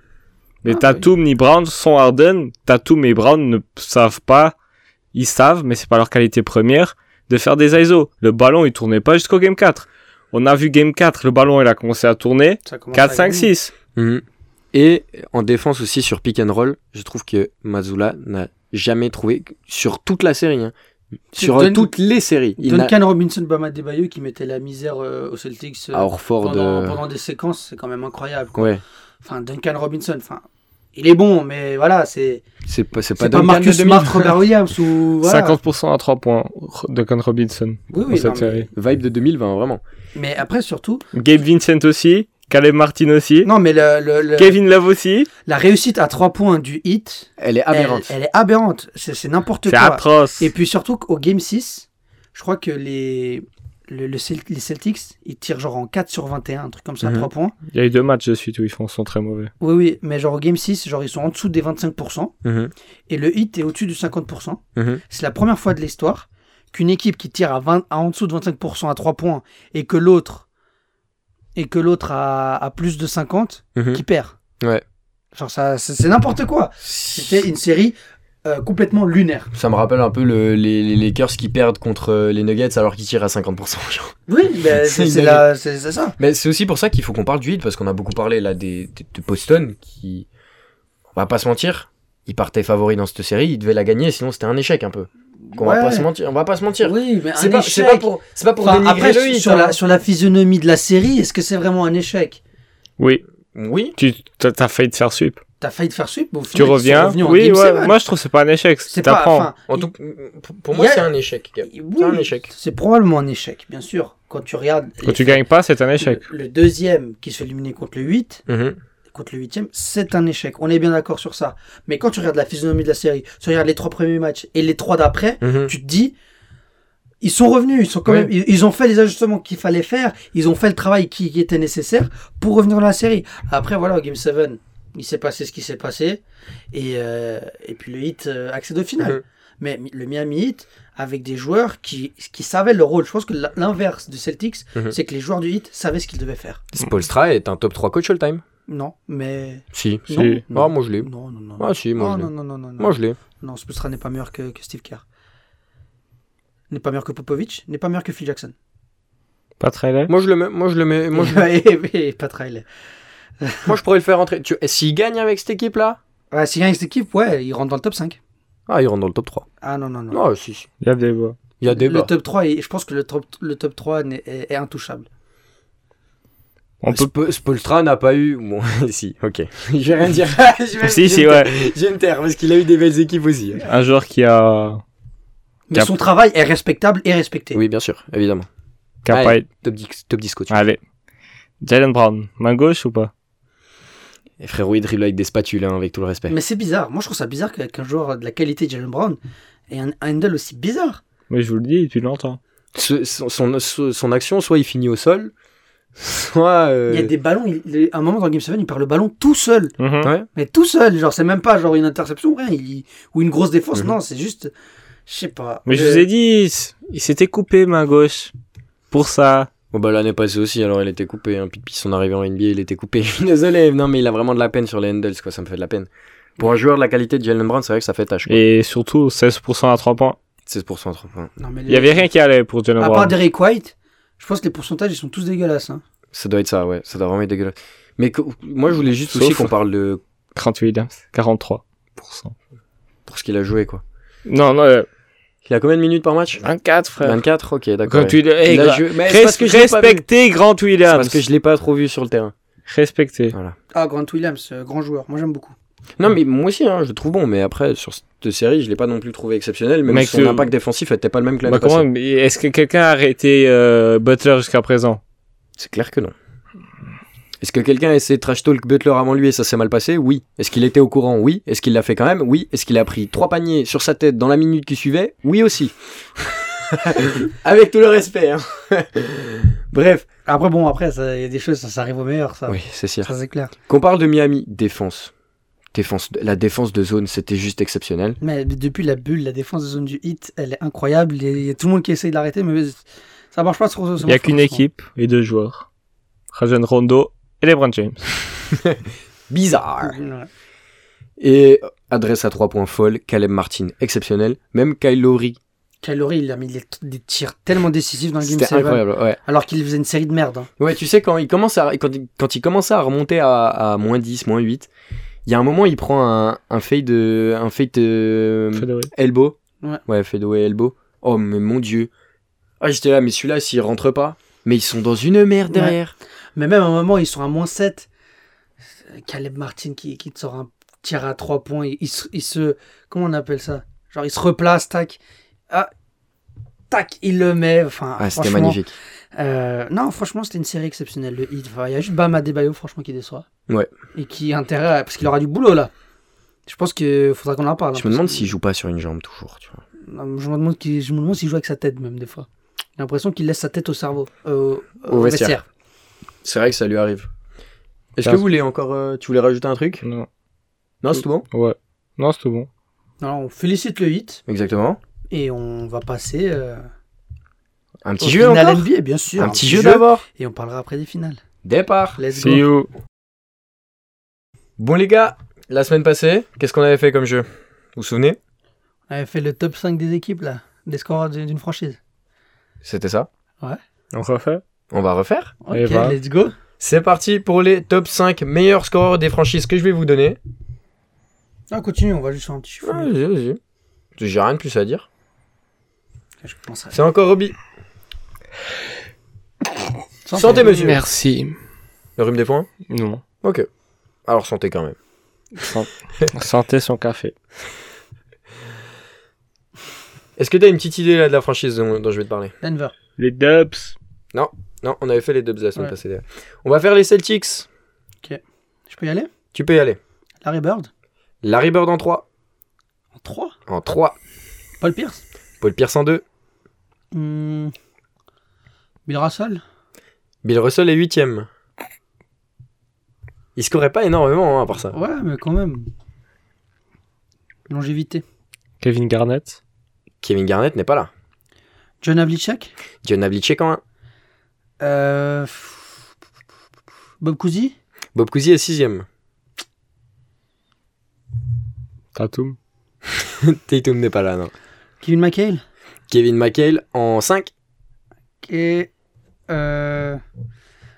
Mais Ah, Tatum ni Brown sont Harden. Tatum et Brown ne savent pas, ils savent, mais c'est pas leur qualité première, de faire des ISO. Le ballon, il tournait pas jusqu'au game 4. On a vu game 4, le ballon, il a commencé à tourner. Ça commence 4, à 5, gagner. 6. Mhm. Et en défense aussi sur pick and roll, je trouve que Mazula n'a jamais trouvé sur toute la série, hein. sur Dun- toutes les séries. Il n'a Duncan Robinson Bama Debayo qui mettait la misère euh, aux Celtics euh, à Orford. pendant, euh, pendant des séquences, c'est quand même incroyable. quoi. Ouais, Enfin, Duncan Robinson, enfin, il est bon, mais voilà, c'est c'est pas c'est c'est pas, pas, Duncan Marcus de Smart, 2000. Robert Williams ou voilà. 50% à 3 points de Con Robinson. Oui, dans oui, cette non, mais, série. Vibe de 2020 vraiment. mais après surtout, Gabe Vincent aussi. Caleb Martin aussi. non, euh, mais le- le- le, Kevin Love aussi. La réussite à 3 points du hit, Elle est elle, aberrante. elle est aberrante. C'est c'est n'importe C'est quoi. atroce. Et puis surtout qu'au Game 6, je crois que les, le- le Celt- les Celtics, ils tirent genre en 4 sur 21, un truc comme ça, Mhm. 3 points. Il y a eu deux matchs de suite où ils font sont très mauvais. Oui, oui, mais genre au Game 6, genre ils sont en dessous des 25%, Mhm. et le hit est au-dessus du 50%. Mhm. C'est la première fois de l'histoire qu'une équipe qui tire à, 20, à en dessous de 25% à 3 points et que l'autre et que l'autre a, a plus de 50, Mhm. qui perd. Ouais. Genre ça, c'est c'est n'importe quoi. C'était une série euh, complètement lunaire. Ça me rappelle un peu le- les, les Lakers qui perdent contre euh, les Nuggets alors qu'ils tirent à 50%. genre. Oui, mais C'est c'est c'est une la- c'est- c'est ça. Mais c'est aussi pour ça qu'il faut qu'on parle du Heat parce qu'on a beaucoup parlé là des, des- de Boston qui, on va pas se mentir, ils partaient favoris dans cette série, ils devaient la gagner sinon c'était un échec un peu. Qu'on va Ouais. pas se mentir, on va pas se mentir. Oui, mais C'est un pas, c'est échec. pas pour, c'est pas pour Enfin, dénigrer après, le Heat, sur, hein. la, sur la physionomie de la série, est-ce que c'est vraiment un échec Oui, Oui, tu t'as t'as failli te faire suip. T'as failli te faire suivre, mais au final, Tu ils sont reviens. revenus en Oui, Game ouais, Seven. moi je trouve que c'est pas un échec. c'est pas. T'apprends. enfin, en il- tout, pour moi y a- c'est un échec. Gab. oui, C'est un échec. C'est probablement un échec, bien sûr. Quand tu regardes. Quand les- tu gagnes pas, c'est un échec. Le, le deuxième qui se fait éliminer contre le 8, Mhm, contre le 8 c'est un échec. On est bien d'accord sur ça. Mais quand tu regardes la physionomie de la série, tu regardes les trois premiers matchs et les trois d'après, mhm, tu te dis. Ils sont revenus, ils sont quand Mmh. Oui. même, ils, ils ont fait les ajustements qu'il fallait faire, ils ont fait le travail qui, qui était nécessaire pour revenir dans la série. Après, voilà, au Game 7, il s'est passé ce qui s'est passé, et, euh, et puis le hit euh, accède au final. Mhm. Mais mi- le Miami Heat, avec des joueurs qui, qui savaient leur rôle. Je pense que la- l'inverse du Celtics, Mhm. c'est que les joueurs du Heat savaient ce qu'ils devaient faire. Spolstra est un top 3 coach all time. Non, mais. Si. Si. Non, non, Ah, moi je l'ai. non, non, non. Ah si, moi non, je non, l'ai. non, non, non, non. Moi je l'ai. Non, Spoelstra n'est pas meilleur que, que Steve Kerr. N'est pas meilleur que Popovich, n'est pas meilleur que Phil Jackson. Pas très laid. Moi je le mets, moi je le mets, moi je, et, et Pat Riley. moi je pourrais le faire rentrer. Tu, s'il gagne avec cette équipe là, Ouais, s'il gagne cette équipe, ouais, il rentre dans le top 5. ah il rentre dans le top 3. Ah non, non, non. Non, si, si. Il y a des voix. Il y a le débat. top 3, est- je pense que le top, le top 3 n'est- est, est intouchable. On peut. Spo- Spoelstra n'a pas eu. Bon, si, ok. je vais rien dire. Je vais- Si, je si, vais me ouais. taire. Je vais me taire parce qu'il a eu des belles équipes aussi. Un joueur qui a. Mais Cap. son travail est respectable et respecté. Oui, bien sûr, évidemment. qui a Allez. pas été- Top 10, top 10 coach. Allez. Jalen Brown, main gauche ou pas Et frérot, il dribble avec des spatules, hein, avec tout le respect. Mais c'est bizarre. Moi, je trouve ça bizarre que- qu'un joueur de la qualité de Jalen Brown ait un handle aussi bizarre. Mais je vous le dis depuis longtemps. Ce- son, son, ce- son action, soit il finit au sol, soit. euh, Il y a des ballons, il, il est- à un moment dans Game 7, il perd le ballon tout seul. Mhm. Ouais. Mais tout seul, genre, c'est même pas genre une interception rien, il- ou une grosse défense. Mhm. Non, c'est juste. Je sais pas. Euh, Mais je vous ai dit, s- il s'était coupé main gauche. Pour ça. Bon, bah l'année passée aussi, alors il était coupé. Hein. Puis depuis son arrivée en NBA, il était coupé. Je suis désolé, non, mais il a vraiment de la peine sur les handles, quoi. Ça me fait de la peine. Pour un joueur de la qualité de Jalen Brown, c'est vrai que ça fait tâche. quoi. Et surtout, 16% à 3 points. 16% à 3 points. Non, mais Il y avait rien qui allait pour Jalen À part Brown. Derek White, je pense que les pourcentages, ils sont tous dégueulasses. hein. Ça doit être ça, ouais. Ça doit vraiment être dégueulasse. Mais que- moi, je voulais juste Sauf- aussi qu'on parle de. 38 Williams, 43%. pour ce qu'il a joué, quoi. Non, non, euh, Il a combien de minutes par match 24, frère. 24 Ok, d'accord. Grant ouais. Williams. Hey, Il a gra- joué- mais c'est res- parce que je l'ai pas vu. respectez Grant C'est Williams. Parce que je l'ai pas trop vu sur le terrain. Respectez. Ah, Grant Williams, euh, grand joueur. Moi, j'aime beaucoup. Non, mais moi aussi, hein, je le trouve bon. Mais après, sur cette série, je l'ai pas non plus trouvé exceptionnel. Même Mec, son euh, impact défensif était pas le même que l'année Bah, comment, passée. mais est-ce que quelqu'un a arrêté euh, Butler jusqu'à présent C'est clair que non. Est-ce que quelqu'un a essayé de trash talk Butler avant lui et ça s'est mal passé Oui. Est-ce qu'il était au courant Oui. Est-ce qu'il l'a fait quand même Oui. Est-ce qu'il a pris trois paniers sur sa tête dans la minute qui suivait Oui aussi. Avec tout le respect. hein. Bref. Après, bon, après, ça- il y a des choses, ça, ça arrive au meilleur, ça. Oui, c'est sûr. Ça, c'est clair. Qu'on parle de Miami, défense. défense. La défense de zone, c'était juste exceptionnel. Mais depuis la bulle, la défense de zone du hit, elle est incroyable. Il y a- il y a tout le monde qui essaye de l'arrêter, mais ça marche pas sur Il n'y a qu'une équipe et deux joueurs. Rajon Rondo et LeBron James. Bizarre. Ouais. Et adresse à trois points folle, Caleb Martin, exceptionnel. Même Kyle Lowry, Calori, il a mis des, des tirs tellement décisifs dans le game c'était 7. incroyable. Ouais. Alors qu'il faisait une série de merde. hein. Ouais, tu sais, quand il commence à, quand il, quand il commence à remonter à, à moins 10, moins 8, il y a un moment, il prend un, un fade, euh, un fade euh, Fedoré. elbow. Ouais. Ouais, fadeaway elbow. Oh, mais mon dieu. Ah, j'étais là, mais celui-là, s'il rentre pas. Mais ils sont dans une merde Ouais. Ah, derrière. Mais même à un moment, ils sont à moins 7. Caleb Martin qui, qui te sort un tir à 3 points. Il, il se, il se- Comment on appelle ça Genre, il se replace, tac. Ah, tac, il le met. Enfin, Ah, c'était franchement, magnifique. euh, non, franchement, c'était une série exceptionnelle. Le hit. Enfin, il y a juste Bam Adebayo, franchement, qui déçoit. Ouais. Et qui a intérêt. à- Parce qu'il aura du boulot, là. Je pense qu'il faudra qu'on en parle. hein, Je me parce demande que- s'il joue pas sur une jambe toujours, tu vois. Non, Je me demande, qu'il- je me demande s'il joue avec sa tête, même, des fois. J'ai l'impression qu'il laisse sa tête au cerveau. euh, Au vestiaire. C'est vrai que ça lui arrive. Est-ce que Parce- vous voulez encore, euh, tu voulais rajouter un truc Non. Non, c'est tout bon. Ouais. Non, c'est tout bon. Alors, on félicite le hit. Exactement. Et on va passer euh, Un au petit jeu final encore NBA, bien sûr. Un petit jeu d'abord Et on parlera après des finales. Départ Let's See go. you. Bon les gars, la semaine passée, qu'est-ce qu'on avait fait comme jeu Vous vous souvenez On avait fait le top 5 des équipes, là. Des scores d'une d'une franchise. C'était ça On refait On va refaire Ok, Eh ben. let's go. C'est parti pour les top 5 meilleurs scoreurs des franchises que je vais vous donner. Ah, continue, on va juste faire un petit chiffon. Ah, Vas-y, vas-y. J'ai rien de plus à dire. Je pense à... C'est encore Roby. Santé, Santé, monsieur. Merci. Le rhume des points Non. Ok. Alors santé quand même. San- Santé son café. Est-ce que t'as une petite idée là de la franchise dont, dont je vais te parler Denver. Les Dubs. Non, on avait fait les Dubs la semaine Ouais. passée. d'ailleurs. On va faire les Celtics. Je peux y aller Tu peux y aller. Larry Bird. Larry Bird en 3. En 3. En 3. Paul Pierce. Paul Pierce en 2. Hmm. Bill Russell. Bill Russell est 8 Il scorait pas énormément hein, à part ça. Ouais, mais quand même. Longévité. Kevin Garnett. Kevin Garnett n'est pas là. John Havlicek. John Havlicek en 1. Euh... Bob Cousy. Bob Cousy est 6ème. Tatum. Tatum n'est pas là, non. Kevin McHale. Kevin McHale en 5. Et... Euh...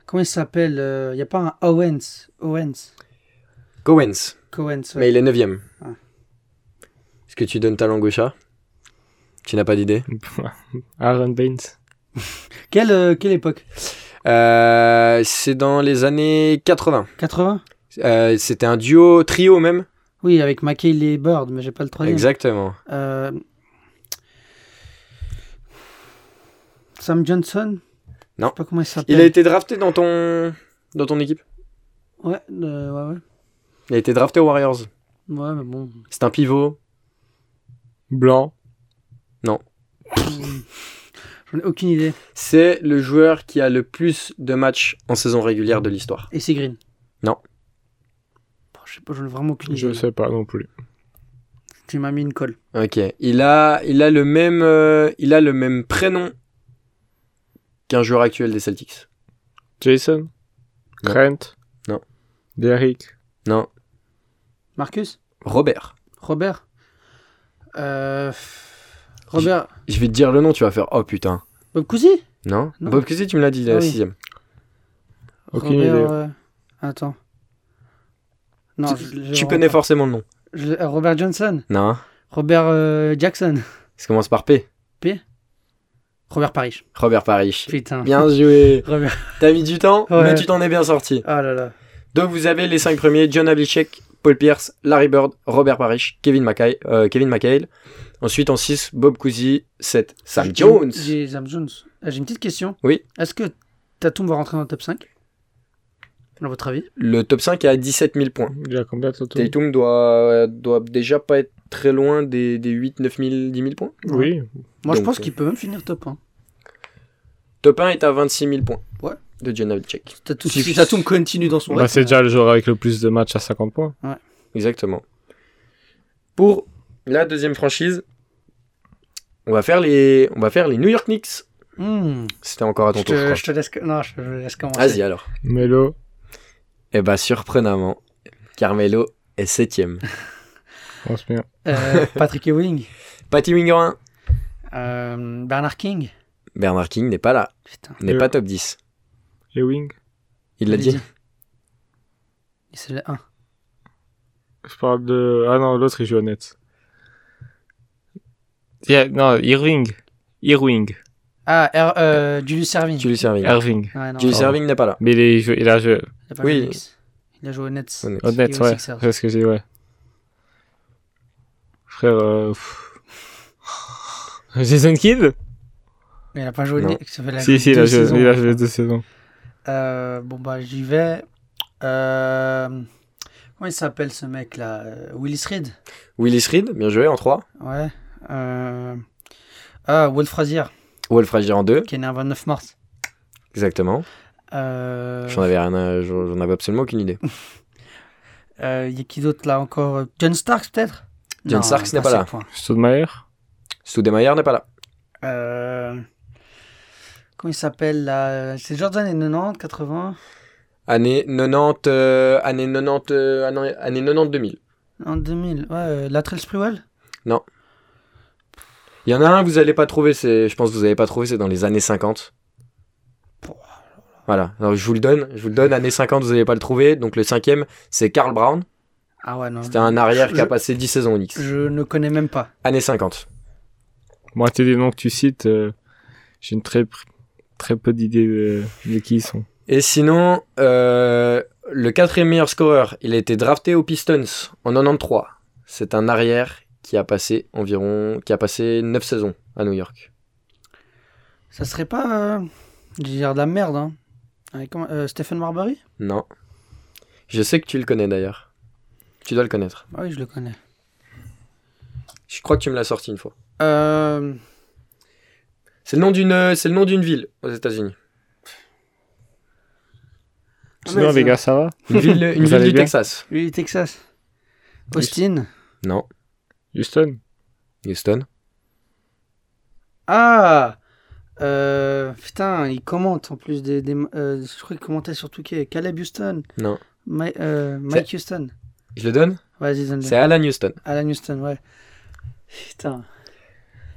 Comment il s'appelle Il n'y a pas un Owens. Owens. Cowens. Cowens. ouais. Mais il est 9ème. Ouais. Est-ce que tu donnes ta langue au chat Tu n'as pas d'idée Mm. Aaron Baines. Quelle, euh, quelle époque Euh, C'est dans les années 80. 80 Euh, C'était un duo, trio même. Oui, avec McHale et Bird, mais j'ai pas le troisième. Exactement. Euh, Sam Johnson Je Non. sais pas comment il Il a s'appelle. été drafté dans ton, dans ton équipe. Ouais, euh, ouais, ouais. Il a été drafté aux Warriors. Ouais, mais bon. C'est un pivot. Blanc. J'en ai aucune idée. C'est le joueur qui a le plus de matchs en saison régulière de l'histoire. Et c'est Green Non. Bon, je sais pas, j'en ai vraiment aucune idée. Je sais pas non plus. Tu m'as mis une colle. Ok. Il a, il a le même, euh, il a le même prénom qu'un joueur actuel des Celtics. Jason. Non. Trent. Non. Derrick. Non. Marcus Robert. Robert euh... Robert Je vais te dire le nom, tu vas faire oh putain. Bob Cousy Non. Non. Bob Cousy, tu me l'as dit, Ah la oui. sixième. Aucune Robert, idée. euh, Attends. Non, tu je- je- tu connais forcément le nom. je- euh, Robert Johnson Non. Robert euh, Jackson Ça commence par P. Robert Parrish. Robert Parrish. Putain. Bien joué. Robert. T'as mis du temps, Ouais. mais tu t'en es bien sorti. Ah là là. Donc vous avez les cinq premiers John Havlicek, Paul Pierce, Larry Bird, Robert Parrish, Kevin McHale. euh, Kevin McHale. Ensuite en 6, Bob Cousy. 7, Sam J'ai- Jones. J'ai Sam Jones. Ah, J'ai une petite question. Oui. Est-ce que Tatum va rentrer dans le top 5 Dans votre avis Le top 5 est à 17 000 points. Il a combien Tatum Tatum doit, doit déjà pas être très loin des, des 8, 9 000, 10 000 points. Oui. Moi, je Donc, pense euh, qu'il peut même finir top 1. Top 1 est à 26 000 points Ouais. de John Havlicek. Tatum, Si- si Tatum continue dans son Bah, c'est déjà le joueur avec le plus de matchs à 50 points. Exactement. Pour la deuxième franchise, on va faire les, on va faire les New York Knicks. Hmm. C'était encore à ton Je, tour. je te, crois. je te laisse, non, je, je laisse commencer. Vas-y alors. Melo. Eh bah surprenamment, Carmelo est septième. On se bien. Euh, Patrick Ewing. Patty Wingerin, Euh, Bernard King. Bernard King n'est pas là, Putain. n'est Euh. pas top 10. Ewing. Il l'a il dit. dit. Et C'est le 1. Je parle de. Ah non, l'autre il joue honnête. non, Irving. Irving. Ah, R- euh, Julius Serving. Julius Irving. Irving. Ouais, Ah, non, Julius non, Erving. Irving n'est pas là. Mais il, est- il joue- il a joué il a pas Oui. joué au Knicks. Il a joué au Nets. Honnête. honnête, Et aux ouais. Sixers. C'est ce que j'ai dit, ouais. Frère. euh, pff. Jason Kidd Mais il a pas joué au Non. Knicks. ça fait la- Si, si, il a deux joué saisons. il a joué deux saisons. Euh, bon bah j'y vais. Euh, Comment il s'appelle ce mec là Euh, Willis Reed Willis Reed, bien joué en 3. Ouais. Euh, Ah, Wolf Frazier, Wolf Frazier en 2. qui est né un 29 mars. Exactement. Euh, J'en avais rien, à- j'en j'en avais absolument aucune idée. euh, y a qui d'autre là encore John Starks peut-être John Starks n'est pas assez là. de points. Stoudemire Stoudemire n'est pas là. Euh, Comment il s'appelle là C'est Jordan et 90, 80, Année 90, euh, année 90, euh, année, année 90 2000. en 2000. Ouais, euh, Latrell Sprewell Il y en a un, vous allez pas trouver, c'est, je pense que vous n'allez pas trouver, c'est dans les années 50. Voilà, alors je vous le donne, je vous le donne, années 50, vous n'allez pas le trouver. Donc le cinquième, c'est Carl Brown. Ah ouais, non. C'était un arrière qui a Je- passé 10 saisons au Knicks. Je ne connais même pas. Année 50. Moi, t'es des noms que tu cites, euh, j'ai une très, pr- très peu d'idées de, de qui ils sont. Et sinon, euh, le quatrième meilleur scoreur, il a été drafté aux Pistons en 93. C'est un arrière qui a passé environ, qui a passé 9 saisons à New York. Ça serait pas. euh, je vais dire de la merde, hein. Avec comment- euh, Stephen Marbury Non. Je sais que tu le connais d'ailleurs. Tu dois le connaître. Ah oui, je le connais. Je crois que tu me l'as sorti une fois. Euh, C'est le nom d'une, euh, c'est le nom d'une ville aux États-Unis. Ah Sinon, mais les ça- gars, ça va Une ville, une Vous ville allez du bien Texas. Lui, Texas. Austin. Non. Houston Houston. Ah Euh, Putain, il commente en plus des. des- euh, je crois qu'il commentait sur Touquet. Caleb Houston. Non. Mi- euh, Mike Houston. Je le donne Vas-y, donne-le. C'est Alan Houston. Alan Houston, ouais. Putain.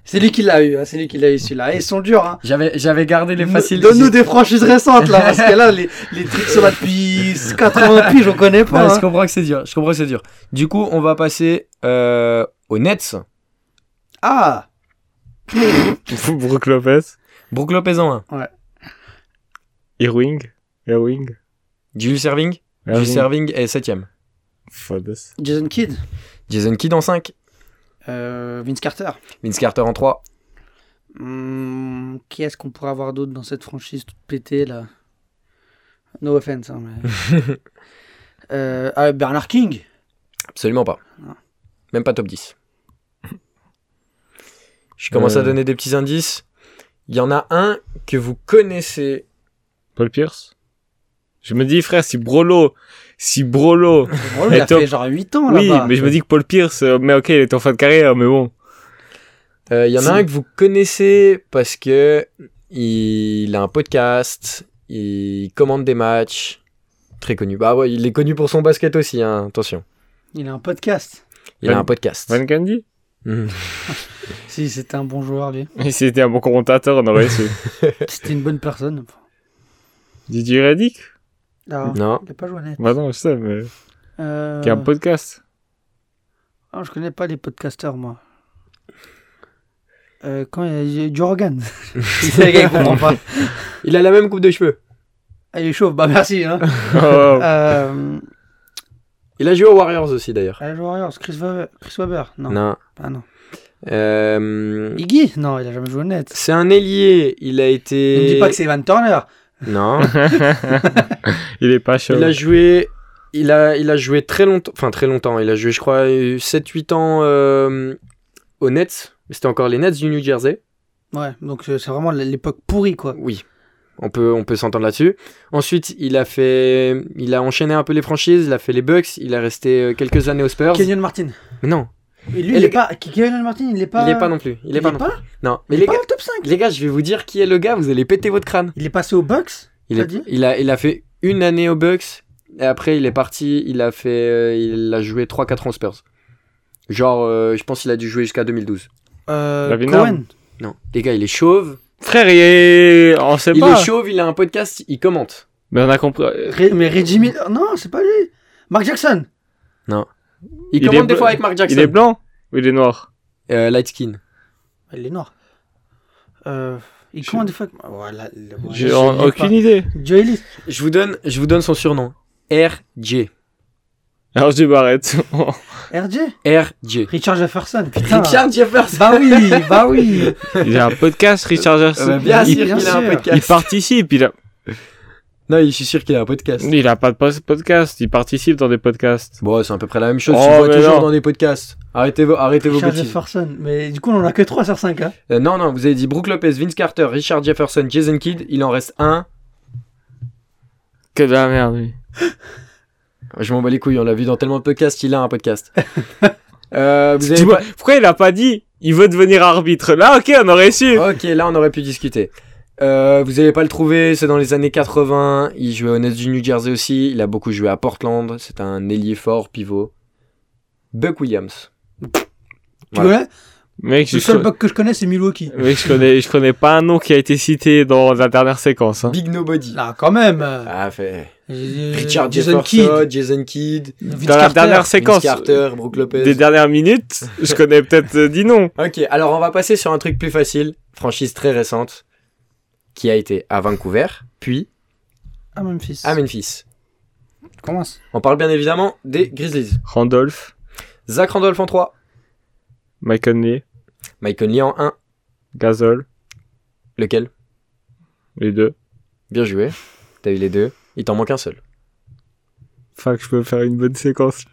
C'est lui qui l'a eu, hein, c'est lui qui l'a eu celui-là. Et ils sont durs, hein. J'avais, j'avais gardé les faciles. Donne-nous J'ai- des franchises récentes là, parce que là, les, les trucs sont là depuis 80 piges, on connaît Ouais, pas. Je hein. comprends que c'est dur. Je comprends que c'est dur. Du coup, on va passer euh, aux Nets. Ah Brook Lopez Brook Lopez en 1. Irving Irving Julius Serving. Julius Irving Serving est 7 Fodas. Jason Kidd, Jason Kidd en 5. euh, Vince Carter. Vince Carter en 3. Hmm, qui est-ce qu'on pourrait avoir d'autre dans cette franchise toute pétée là No offense, hein, mais. Euh, ah, Bernard King Absolument pas. Non. Même pas top 10. Je commence Euh. à donner des petits indices. Il y en a un que vous connaissez. Paul Pierce Je me dis, frère, si Brolo, si Brolo, Bon, Oh, Il Et a top. fait genre 8 Ah, ans oui, là-bas. mais je me dis que Paul Pierce, euh, mais ok, il était en fin de carrière, mais bon. Euh, il y en a Si. un que vous connaissez parce que il a un podcast, il commande des matchs. Très connu. Bah ouais, il est connu pour son basket aussi, hein, attention. Il a un podcast. Il a Van- un podcast. Van Candy Mhm. Si, c'était un bon joueur lui. Et si c'était un bon commentateur, on aurait su. C'était une bonne personne. Didier Reddick Mm. Ah, Non. Il a pas joué net. Bah non, je sais, mais. Euh, Qui a un podcast. ah, je connais pas les podcasteurs moi. Euh, quand il y a du Rogan. C'est le gars qui comprend pas. Il a la même coupe de cheveux. Ah, il est chaud, bah merci. Hein. Oh, Ah. euh, Il a joué aux Warriors aussi d'ailleurs. ah, le Warriors, Chris Webber. Chris Webber non. Non. Ah, non. Euh, Iggy Non, il a jamais joué au net. c'est un ailier. Il a Ne me été. dis pas que c'est Van Turner. Non. il est pas chaud. Il a joué, il a, il a joué très longtemps, enfin très longtemps, il a joué je crois 7-8 ans euh, aux Nets, mais c'était encore les Nets du New Jersey. Ouais, donc euh, c'est vraiment l'époque pourrie, quoi. Oui, on peut, on peut s'entendre là-dessus. Ensuite, il a fait, il a enchaîné un peu les franchises, il a fait les Bucks, il a resté euh, quelques années aux Spurs. Kenyon Martin. Mais non, Et lui, Et il le- est pas. Kenyon Martin, il est pas. il est pas non plus, il est pas non plus. Non, mais Il les est pas gars, au top 5. les gars, je vais vous dire qui est le gars, vous allez péter votre crâne. Il est passé au Bucks Il, T'as est- dit il a, il a fait une année aux Bucks et après il est parti, il a fait, euh, il a joué 3-4 ans aux Spurs. Genre, euh, je pense qu'il a dû jouer jusqu'à 2012. euh, Lavinard. Cohen. Non, les gars, il est chauve. Frère, il est. On sait il pas. est chauve, il a un podcast, il commente. Mais on a compris. euh, Ré- mais Reggie Miller. Non, c'est pas lui. Mark Jackson. Il, Il commente est des bleu- fois avec Mark Jackson. Il est blanc ou il est noir Euh, light skin. Il est noir. Euh, il Je- commande des fois. Voilà. le- voilà, J'ai je en- l'ai pas. aucune idée. Joe Ellis. Je vous donne, je vous donne son surnom. RJ. Alors je dis bah, Barrett. RJ. RJ. Richard Jefferson. Putain. Richard Jefferson. Bah oui, bah oui. il a un podcast, Richard Gerson. Euh, bien il, sûr bien qu'il a un sûr. il podcast. participe. Il a, Non, je suis sûr qu'il a un podcast. il a pas de pos- podcast. Il participe dans des podcasts. Bon, c'est à peu près la même chose. Oh, je vois mais toujours non. dans des podcasts. Arrêtez vos, arrêtez vos Richard bêtises. Jefferson. Mais du coup, on en a que 3 sur 5. Hein. Euh, non, non, vous avez dit Brooke Lopez, Vince Carter, Richard Jefferson, Jason Kidd. Il en reste un. Que de la merde, lui. Je m'en bats les couilles, on l'a vu dans tellement de podcasts. Il a un podcast. Euh, vous avez Tu vois, pas- Pourquoi il a pas dit il veut devenir arbitre. Là, ok, on aurait su. Ok, là on aurait pu discuter. Euh, vous n'allez pas le trouver, c'est dans les années 80. Il jouait au Nets du New Jersey aussi. Il a beaucoup joué à Portland. C'est un ailier fort, pivot. Buck Williams. Tu connais Mec, je, Le seul co- bug que je connais, c'est Milwaukee. mec, je connais, je connais pas un nom qui a été cité dans la dernière séquence. hein. Big Nobody. Là, quand même. euh, Ah, fait. euh, Richard Jason Jefferson, Kidd. Jason Kidd, Vince Dans la Carter. dernière Vince séquence Carter, Brook Lopez. des dernières minutes, je connais peut-être euh, dix noms. Ok, alors on va passer sur un truc plus facile, franchise très récente, qui a été à Vancouver, puis Ah, Memphis. à Memphis. Commence. On parle bien évidemment des Grizzlies. Randolph, Zach Randolph en 3, Mike Conley, Mike Conley en 1, Gasol, lequel les deux. Bien joué, t'as eu les deux, il t'en manque un seul. Enfin, que je peux faire une bonne séquence.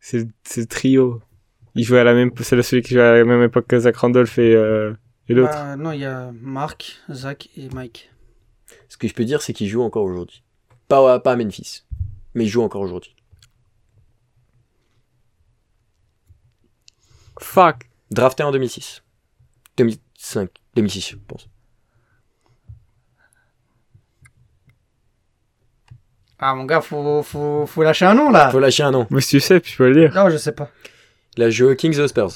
c'est c'est le trio. Il jouait à la même, c'est celui qui jouait à la même époque que Zach Randolph et, euh, et l'autre. Ah, non, il y a Marc, Zach et Mike. Ce que je peux dire, c'est qu'il joue encore aujourd'hui. Pas, à- pas à Memphis, mais il joue encore aujourd'hui. Fuck. Drafté en 2006. 2005, 2006, je pense. Ah, mon gars, faut, faut, faut lâcher un nom là. Faut lâcher un nom. Mais si tu sais, puis tu peux le dire. Non, je sais pas. Il a joué aux Kings et aux Spurs.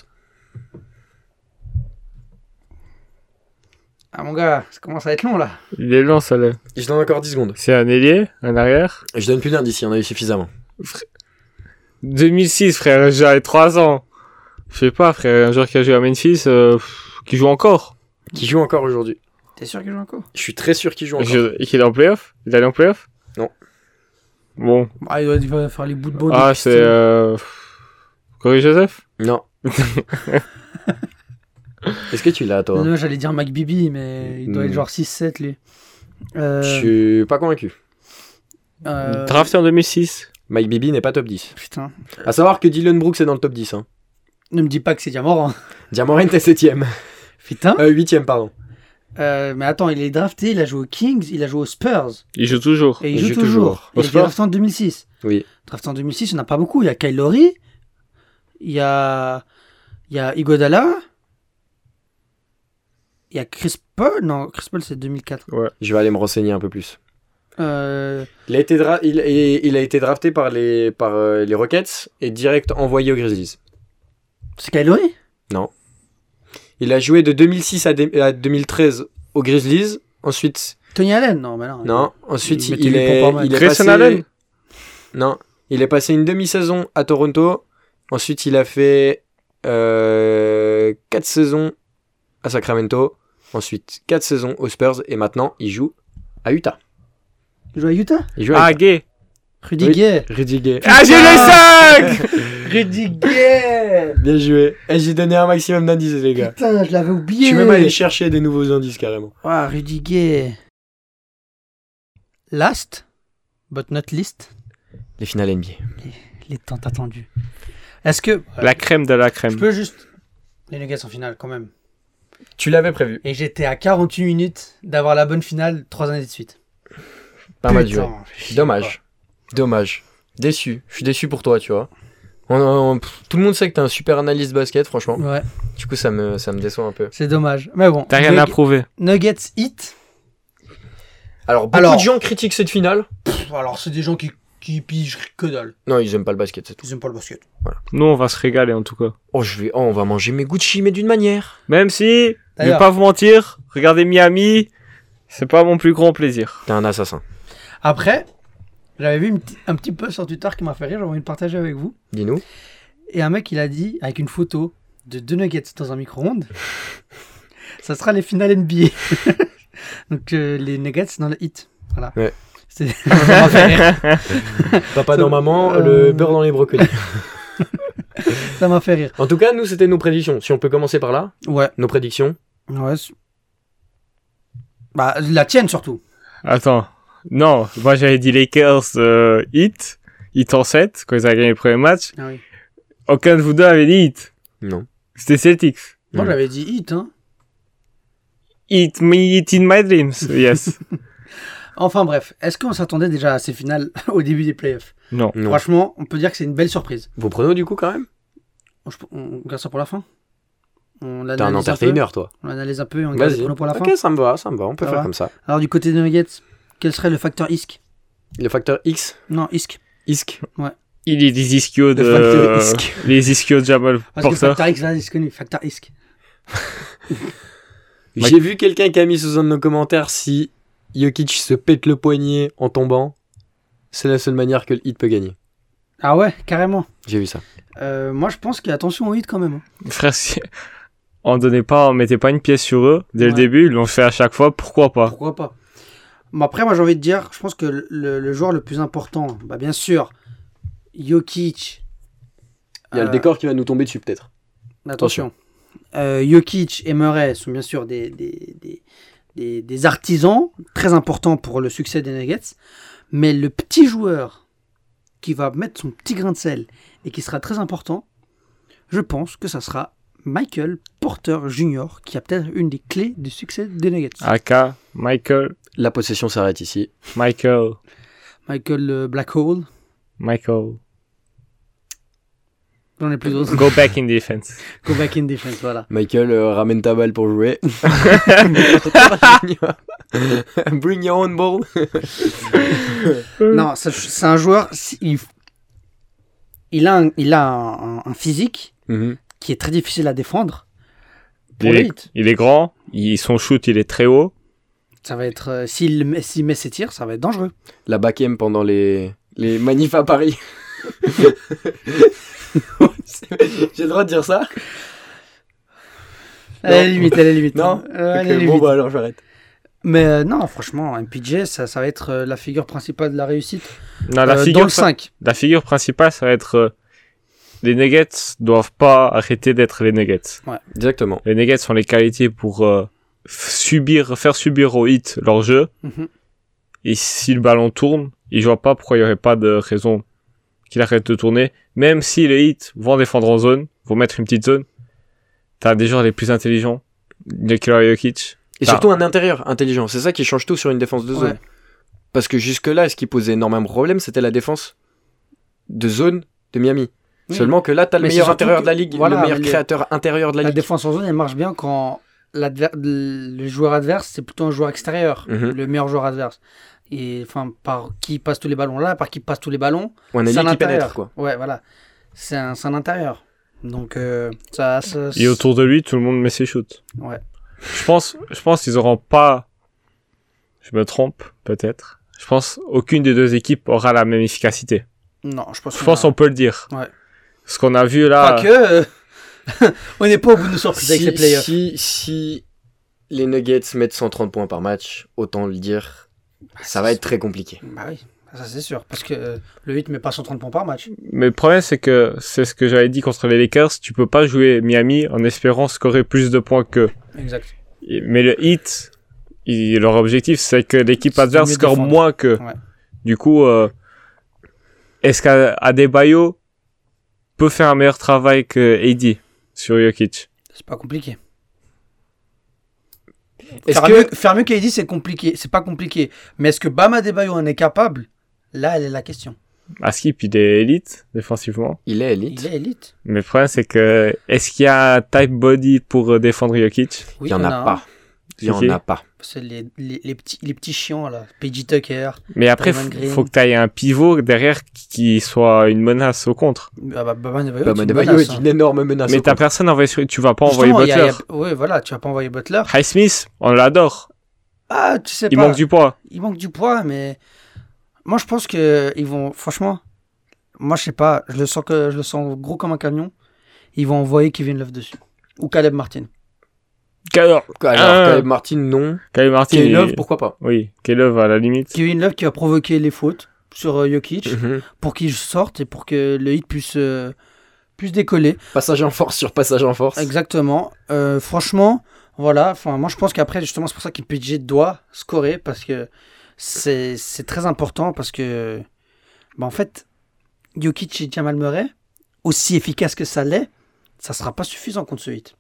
Ah, mon gars, ça commence à être long là. Il est lent, ça là. Je donne encore 10 secondes. C'est un ailier, un arrière. Je donne plus d'indices, il y en a eu suffisamment. 2006, frère, j'avais 3 ans. Je sais pas, frère, un joueur qui a joué à Memphis, euh, pff, qui joue encore. Qui joue encore aujourd'hui T'es sûr que j'ai encore Je suis très sûr qu'il joue encore. Je- Et qui est en playoff Il est allé en playoff Non. Bon. Ah, il doit- il va faire les bouts de beau. Ah, c'est. Euh... Corey Joseph Non. Est-ce que tu l'as, toi Non, j'allais dire Mike Bibi, mais il doit être Hmm. genre 6-7 lui. Euh, Je suis pas convaincu. euh, Drafté en 2006. Mike Bibi n'est pas top 10. Putain. À savoir que Dylan Brooks est dans le top 10. Hein. Ne me dis pas que c'est Diamant. hein. Diamorente est 7ème. Putain. Euh, 8ème, pardon. Euh, mais attends, il est drafté, il a joué aux Kings, il a joué aux Spurs. Il joue toujours. Et il, joue, toujours. Aux Il est Spurs drafté en 2006. Oui. Drafté en 2006, il n'y en a pas beaucoup. Il y a Kylori, il y a, il y a Igodala, il y a Chris Paul. Non, Chris Paul c'est 2004. Je vais aller me renseigner un peu plus. Euh, Il a été, dra- il, et- il a été drafté par, les, par euh, les Rockets et direct envoyé aux Grizzlies. c'est Kylori Il a joué de 2006 à, dé- à 2013 aux Grizzlies. Ensuite, Tony Allen Non, mais non. non. Ensuite, Il il, mettait huit est, points par match. il est Grayson passé- Allen Non. Il est passé une demi-saison à Toronto. Ensuite, il a fait 4 saisons à Sacramento. Ensuite, 4 saisons aux Spurs. Et maintenant, il joue à Utah. Il joue à Utah Il joue à Ah, Utah. gay. Rudy Oui. Gay. Rudy Gay. Ah, j'ai le 5 Rudy Gay Bien joué. Et j'ai donné un maximum d'indices, les gars. Putain, je l'avais Je oublié. suis même allé chercher des nouveaux indices, carrément. Ah, Rudy Gay. Last, but not least, Les finales NBA. les temps attendus. Est-ce que. La crème de la Je crème. peux juste. Les Nuggets en finale quand même. Tu l'avais prévu. Et j'étais à 48 minutes d'avoir la bonne finale 3 années de suite. Pas mal Putain, joué. je sais Dommage. Dommage. Déçu. Je suis déçu pour toi, tu vois. On- on- pff, tout le monde sait que t'es un super analyste basket, pas. franchement. Ouais, Du coup, ça me, ça me déçoit un peu. c'est dommage. Mais bon. T'as rien à Nug- prouver. Nuggets hit. Alors, beaucoup Alors- de gens critiquent cette finale. Alors, c'est des gens qui, qui pigent que dalle. Non, ils aiment pas le basket, c'est tout. Ils aiment pas le basket. Nous, on va se régaler en tout cas. Oh, je vais, oh, on va manger mes Gucci, mais d'une manière. Même si, je vais D'ailleurs. pas vous mentir, regardez Miami, c'est pas mon plus grand plaisir. T'es un assassin. Après, j'avais vu une p'ti- un petit post sur Twitter qui m'a fait rire, j'ai envie de partager avec vous. Dis-nous. Et un mec, il a dit, avec une photo de deux nuggets dans un micro-ondes, ça sera les finales NBA. Donc euh, les nuggets dans le hit. Voilà. Ouais. C'est- ça m'a fait rire. Papa dans maman, Euh, le beurre dans les brocolis. Ça m'a fait rire. en tout cas, nous, c'était nos prédictions. Si on peut commencer par là, Ouais. nos prédictions. ouais c'est- bah, la tienne surtout. Attends. Non, moi j'avais dit Lakers euh, hit, hit en 7, quand ils avaient gagné le premier match. Ah oui. Aucun de vous deux avait dit hit. Non. C'était Celtics. Moi Mm. j'avais dit hit. Hein. Hit me, hit in my dreams. Yes. Enfin bref, est-ce qu'on s'attendait déjà à ces finales au début des playoffs Non. Non. Franchement, on peut dire que c'est une belle surprise. Vos pronos du coup quand même On, je- on garde ça pour la fin on T'es un l'analyse, un peu, entertainer toi. on l'analyse un peu et on garde les Vas-y. pronos pour la fin. Ok, ça me va, ça me va, on peut Ça faire va. comme ça. Alors du côté des Nuggets, quel serait le facteur ISK Le facteur X, Non, ISK. ISK. Il est des ischios de. Le facteur ISK. les ischios de Jamal Parce que Porter. facteur X, là, c'est connu. Facteur ISK. Ouais. J'ai vu quelqu'un qui a mis sous un de nos commentaires si Jokic se pète le poignet en tombant, c'est la seule manière que le hit peut gagner. Ah ouais, carrément. J'ai vu ça. Euh, moi, je pense qu'attention au hit quand même. hein. Frère, si on donnait pas, on mettait pas une pièce sur eux dès le Ouais. début, ils l'ont fait à chaque fois, pourquoi Ah. pas Pourquoi pas Mais Après, moi, j'ai envie de dire, je pense que le, le joueur le plus important, bah, bien sûr, Jokic. Il y a le Euh, décor qui va nous tomber dessus peut-être. Bah, Attention. Euh, Jokic et Murray sont bien sûr des, des, des, des- des artisans très importants pour le succès des Nuggets. Mais le petit joueur qui va mettre son petit grain de sel et qui sera très important, je pense que ça sera Michael Porter Jr. qui a peut-être une des clés du succès des Nuggets. Aka, Michael, La possession s'arrête ici. Michael, Michael euh, Blackhole, Michael. j'en ai plus d'autres. Go back in defense. Go back in defense, voilà. Michael, euh, ramène ta balle pour jouer. Bring your own ball. Non, ça- c'est un joueur, si- il, il a, un, il a un- un- un physique Mhm. qui est très difficile à défendre. Pour Il le est, hit, il est grand, il- son shoot il est très haut. ça va être euh, s'il met, s'il met ses tirs, ça va être dangereux. La back-end pendant les, les manifs à Paris. J'ai le droit de dire ça Elle est limite, elle est limite. Non. Euh, elle Ok, est Bon, limite. bah alors j'arrête. Mais euh, non, franchement, MPJ, ça, ça va être euh, la figure principale de la réussite. Ah, Non, la, Euh, dans figure, le 5. la figure principale, ça va être. euh, les Nuggets doivent pas arrêter d'être les Nuggets. Exactement. Les Nuggets ont les qualités pour euh, f- subir, faire subir au hit leur jeu. Mhm. Et si le ballon tourne, et je vois pas pourquoi il n'y aurait pas de raison qu'il arrête de tourner. Même si les hits vont défendre en zone, vont mettre une petite zone, t'as des joueurs les plus intelligents, Nikola Jokic. Et Enfin- surtout un intérieur intelligent. C'est ça qui change tout sur une défense de zone. Ouais. Parce que jusque-là, ce qui posait énormément de problèmes, c'était la défense de zone de Miami. Oui. Seulement que là, t'as le Mais c'est meilleur surtout intérieur que- de la ligue, voilà, le meilleur mais les- créateur intérieur de la La ligue. défense en zone, elle marche bien quand l'adver- le joueur adverse, c'est plutôt un joueur extérieur, Mhm. le meilleur joueur adverse. Et enfin, par qui passe tous les ballons là, par qui passe tous les ballons, Ou un c'est un allié qui pénètre, intérieur. quoi. Ouais, voilà. C'est un, c'est un intérieur. Donc, euh, ça, ça- Et autour de lui, tout le monde met ses shoots. Ouais. Je pense, je pense qu'ils auront pas, je me trompe, peut-être. Je pense aucune des deux équipes aura la même efficacité. Non, je pense Je qu'on pense a- on peut le dire. Ouais. Ce qu'on a vu là. Pas que. euh, on n'est pas au bout de nos surprises avec les playoffs. si, si les Nuggets mettent 130 points par match, autant le dire, ça va être très compliqué. Bah oui, ça c'est sûr. Parce que euh, le 8 met pas 130 points par match. Mais le problème, c'est que c'est ce que j'avais dit contre les Lakers. Tu peux pas jouer Miami en espérant scorer plus de points qu'eux. Exact. Mais le hit, ils- leur objectif, c'est que l'équipe C'est de adverse mieux score défendre. moins que. Ouais. Du coup, euh, est-ce qu'Adebayo peut faire un meilleur travail que AD sur Jokic C'est pas compliqué. Est-ce Faire, que mieux, faire mieux qu'Eddie, c'est compliqué. C'est pas compliqué. Mais est-ce que Bama Debayo en est capable Là, elle est la question. Askip, il est élite défensivement. il est élite Il est élite. Mais le problème, c'est que est-ce qu'il y a un type body pour euh, défendre Jokic Oui, Il y en on a, un. pas. Il y C'est en qui a pas. C'est les, les, les petits, les petits chiants, là. PJ Tucker. Mais après, Draymond il Green. faut que tu aies un pivot derrière qui- qui soit une menace au contre. Ah bah, hein. Bama Debayo. Bam Adebayo est une énorme menace. Mais au t'as Ah, contre. personne envoyé sur... Tu vas pas envoyer Butler. Oui, voilà, tu vas pas envoyer Butler. Highsmith, on l'adore. Ah, tu sais Il pas. manque du poids. il manque du poids, mais moi je pense que ils vont, franchement, moi je sais pas, je le sens que je le sens gros comme un camion. Ils vont envoyer Kevin Love dessus ou Caleb Martin. Alors, Alors, Ah. Caleb Martin, non. Kyle Martin. il- Caleb, pourquoi pas Oui, Caleb à la limite. Kevin Love qui va provoquer les fautes sur euh, Jokic Mhm. pour qu'il sorte et pour que le hit puisse euh, puisse décoller. Passage en force sur passage en force. Exactement. Euh, franchement, voilà. Enfin, moi je pense qu'après justement c'est pour ça que PJ doit scorer parce que c'est c'est très important parce que bah, en fait Jokic et Jamal Murray aussi efficace que ça l'est, ça sera pas suffisant contre ce hit.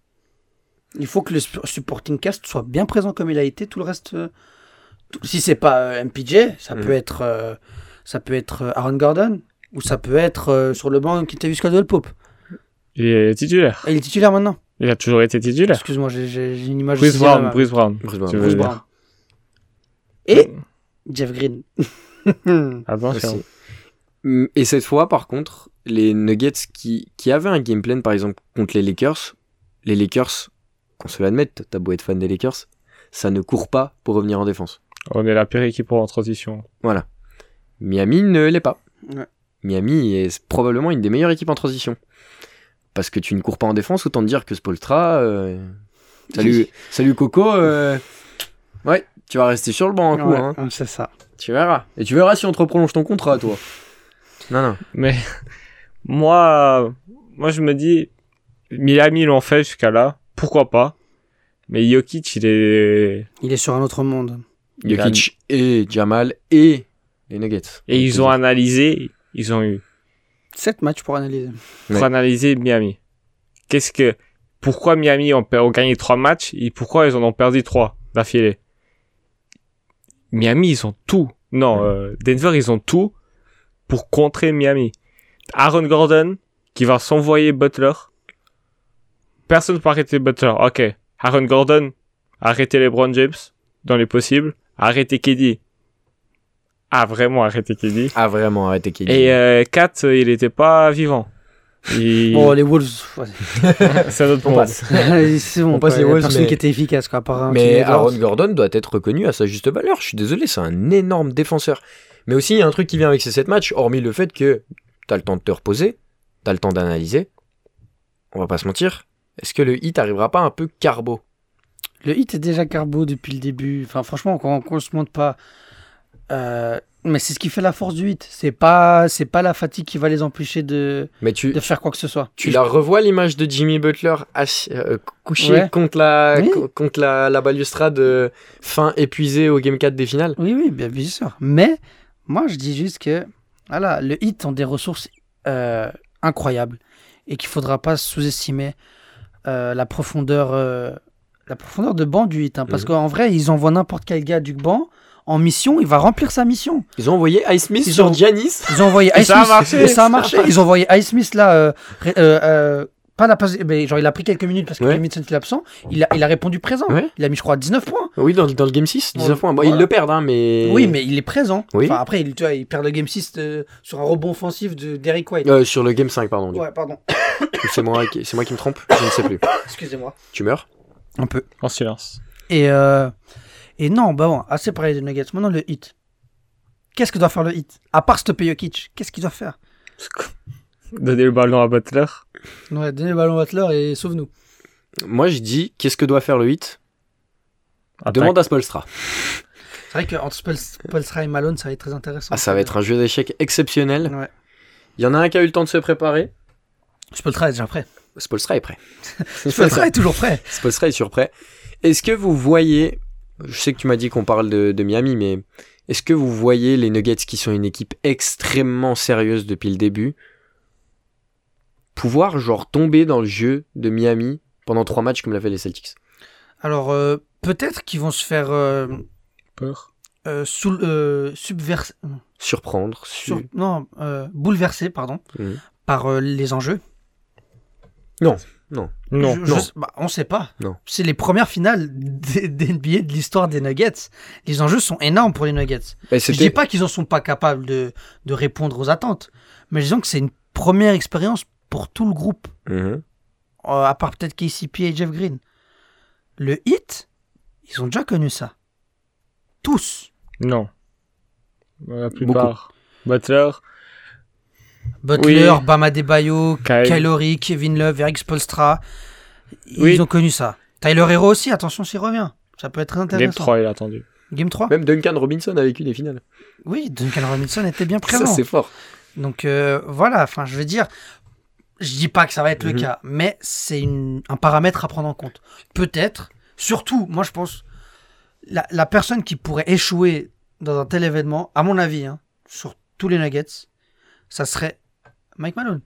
Il faut que le sp- supporting cast soit bien présent comme il a été tout le reste euh, si c'est pas euh, MPJ, ça peut être euh, ça peut être euh, Aaron Gordon ou ça peut être euh, sur le banc qui t'a vu Caldwell Pope. Il est titulaire. Et il est titulaire maintenant. Il a toujours été titulaire. Excuse-moi, j'ai- j'ai j'ai une image. Bruce de cinéma. Brown, Bruce Brown. Bruce Brown. Tu veux Bruce dire. Brown. Et Jeff Green. Attention. Aussi. Mm, Et cette fois, par contre, les Nuggets qui, qui avaient un game plan, par exemple, contre les Lakers, les Lakers, qu'on se l'admette, t'as beau être fan des Lakers, ça ne court pas pour revenir en défense. On est la pire équipe en transition. Voilà. Miami ne l'est pas. Ouais. Miami est probablement une des meilleures équipes en transition. Parce que tu ne cours pas en défense, autant te dire que Spolstra. euh, Salut, salut Coco. euh, Ouais, tu vas rester sur le banc un coup. Ouais, hein. C'est ça. Tu verras. Et tu verras si on te prolonge ton contrat, toi. non, non. Mais moi, moi je me dis, Miami l'ont fait jusqu'à là, pourquoi pas Mais Jokic, il est... Il est sur un autre monde. Il a- Jokic et Jamal et les Nuggets. Et ils ont analysé, ils ont eu, 7 matchs pour analyser. pour Ouais. analyser Miami. Qu'est-ce que... Pourquoi Miami ont, per- ont gagné trois matchs et pourquoi ils en ont perdu trois d'affilée Miami, ils ont tout. Non, euh, Denver, ils ont tout pour contrer Miami. Aaron Gordon, qui va s'envoyer Butler. Personne ne peut arrêter Butler. Ok. Aaron Gordon, arrêtez LeBron James, dans les possibles. Arrêtez KD. Ah, vraiment, arrêtez KD. Ah, vraiment, arrêtez KD. Et euh, Kat, euh, il n'était pas vivant. Il- Bon, Oh, les Wolves, ouais, c'est un autre on monde. passe. c'est bon. On passe quoi, les y a Wolves, Personne mais- qui était efficace, quoi. à part un Anthony Mais Edwards. Aaron Gordon doit être reconnu à sa juste valeur. Je suis désolé, c'est un énorme défenseur. Mais aussi, il y a un truc qui vient avec ces 7 matchs, hormis le fait que t'as le temps de te reposer, t'as le temps d'analyser. On va pas se mentir. Est-ce que le hit arrivera pas un peu carbo Le hit est déjà carbo depuis le début. Enfin, franchement, qu'on qu'on se montre pas. Euh, mais c'est ce qui fait la force du hit. C'est pas, c'est pas la fatigue qui va les empêcher de, Mais tu, de faire quoi que ce soit. tu la revois l'image de Jimmy Butler assis- euh, couché Ouais. contre, la, Oui. co- contre la, la balustrade euh, fin épuisée au Game 4 des finales Oui, oui, bien, bien sûr. Mais moi, je dis juste que voilà, le hit ont des ressources euh, incroyables et qu'il faudra pas sous-estimer euh, la profondeur, euh, la profondeur de banc du hit. hein. parce Mhm. qu'en vrai, ils envoient n'importe quel gars du banc en mission, il va remplir sa mission. Ils ont envoyé Ice Smith Ils sur ont- Giannis. Ils ont envoyé Et Ice ça a Smith. marché. Et ça a marché. Ils ont envoyé Ice Smith là. euh, ré- euh, euh, pas la passe, mais genre il a pris quelques minutes parce que Ouais. Kevin Vincent est absent. Il a, il a répondu présent. Ouais. Il a mis, je crois, 19 points. Oui, dans, dans le Game 6, 19 points. Bon, Voilà. Ils le perdent, hein, mais... Oui, mais il est présent. Oui. Enfin, après, il, tu vois, il perd le game 6 de- sur un rebond offensif de d'Eric White. Euh, sur le Game 5, pardon. du Ouais, pardon. Ou C'est moi, qui- c'est moi qui me trompe Je ne sais plus. Excusez-moi. Tu meurs Un peu. En silence. Et, euh, et non, bah bon, assez parlé de Nuggets. Maintenant, le hit. Qu'est-ce que doit faire le hit À part stopper Jokic, qu'est-ce qu'il doit faire Donner le ballon à Butler. Ouais, donner le ballon à Butler et sauve-nous. Moi, je dis, qu'est-ce que doit faire le hit Attaque. Demande à Spolstra. C'est vrai qu'entre Spels- Spolstra et Malone, ça va être très intéressant. Ah, ça va être un jeu d'échecs exceptionnel. Ouais. Il y en a un qui a eu le temps de se préparer. Spolstra est déjà prêt. Spolstra est prêt. Spolstra est toujours prêt. Spolstra est surprêt. Est-ce que vous voyez... Je sais que tu m'as dit qu'on parle de, de Miami, mais est-ce que vous voyez les Nuggets, qui sont une équipe extrêmement sérieuse depuis le début, pouvoir, genre, tomber dans le jeu de Miami pendant trois matchs comme l'avaient les Celtics Alors, euh, peut-être qu'ils vont se faire euh, Peur. euh, soul- euh, subverser. Surprendre, sur- sur... non, euh, bouleversé, pardon, Mhm. par euh, les enjeux. Non. Je- je non. sais- bah, on sait pas. Non. C'est les premières finales d- d'NBA de l'histoire des Nuggets. Les enjeux sont énormes pour les Nuggets. Bah, Je dis pas qu'ils en sont pas capables de, de répondre aux attentes, mais disons que c'est une première expérience pour tout le groupe, Mhm. euh, à part peut-être KCP et Jeff Green. Le hit, ils ont déjà connu ça. Tous. Non. Euh, La plupart. Butler. Butler, Oui. Bama Debayo, Kyle. Calori, Kevin Love, Eric Spolstra. Ils Oui. ont connu ça. Tyler Hero aussi, attention s'il revient. Ça peut être très intéressant. Game 3, il a attendu. Game 3. Même Duncan Robinson a vécu des finales. Oui, Duncan Robinson était bien présent. Ça, c'est fort. Donc euh, voilà, enfin je veux dire, je dis pas que ça va être le Mhm. cas, mais c'est une- un paramètre à prendre en compte. Peut-être, surtout, moi je pense, la, la personne qui pourrait échouer dans un tel événement, à mon avis, hein, sur tous les Nuggets, ça serait Mike Malone.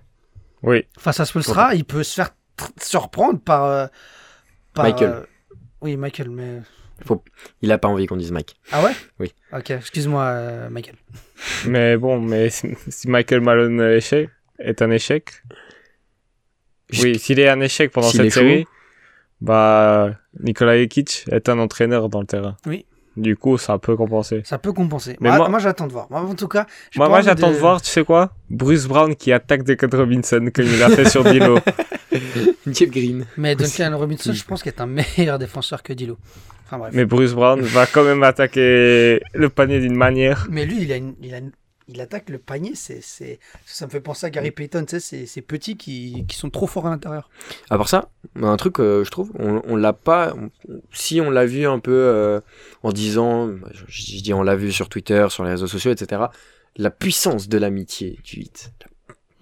Oui. Face à Spolstra, il peut se faire tr- surprendre par, euh, par, Michael. euh, oui, Michael, mais Il a pas envie qu'on dise Mike. Ah ouais Oui. Ok, excuse-moi, euh, Michael. Mais bon, mais si si Michael Malone est échec- est un échec, Je- oui, s'il est un échec pendant S'il est cette chaud. série, bah Nikola Jokic est un entraîneur dans le terrain. Oui. Du coup, ça peut compenser. Ça peut compenser. Mais moi, moi- moi, j'attends de voir. Moi, en euh, tout cas, j'ai Moi, pas moi envie j'attends de... voir, tu sais quoi Bruce Brown qui attaque des Code Robinson comme il l'a fait sur Dilo. Jeff Green. Mais Duncan Robinson, je pense qu'il est un meilleur défenseur que Dilo. Enfin bref. Mais, Mais Bruce Brown va quand même attaquer le panier d'une manière. lui, il, a une- il, a une- il attaque le panier. C'est, c'est... Ça me fait penser à Gary Payton, tu sais, ces- ces petits qui, qui sont trop forts à l'intérieur. À part ça, un truc, euh, je trouve, on, on l'a pas. on- si on l'a vu un peu euh, en disant, je, je dis on l'a vu sur Twitter, sur les réseaux sociaux, etc. La puissance de l'amitié du hit.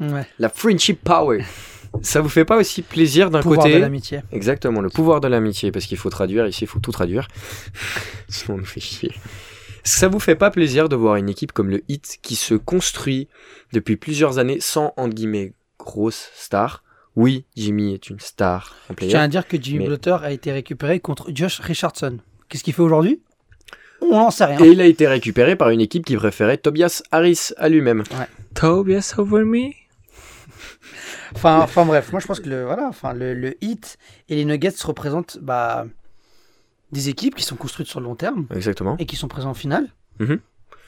Ouais. La friendship power. Ça vous fait pas aussi plaisir d'un Pouvoir de côté l'amitié. Exactement, le pouvoir de l'amitié, parce qu'il faut traduire, ici il faut tout traduire. Sinon on nous fait chier. Ça vous fait pas plaisir de voir une équipe comme le Hit qui se construit depuis plusieurs années sans, entre guillemets, grosse star Oui, Jimmy est une star en Je tiens player. à dire que Jimmy Mais- Butler a été récupéré contre Josh Richardson. Qu'est-ce qu'il fait aujourd'hui On n'en sait rien. Et il a été récupéré par une équipe qui préférait Tobias Harris à lui-même. Tobias over me Enfin, enfin bref, moi je pense que le, voilà, enfin, le, le hit et les Nuggets représentent bah, des équipes qui sont construites sur le long terme Exactement. et qui sont présentes en finale. Mhm.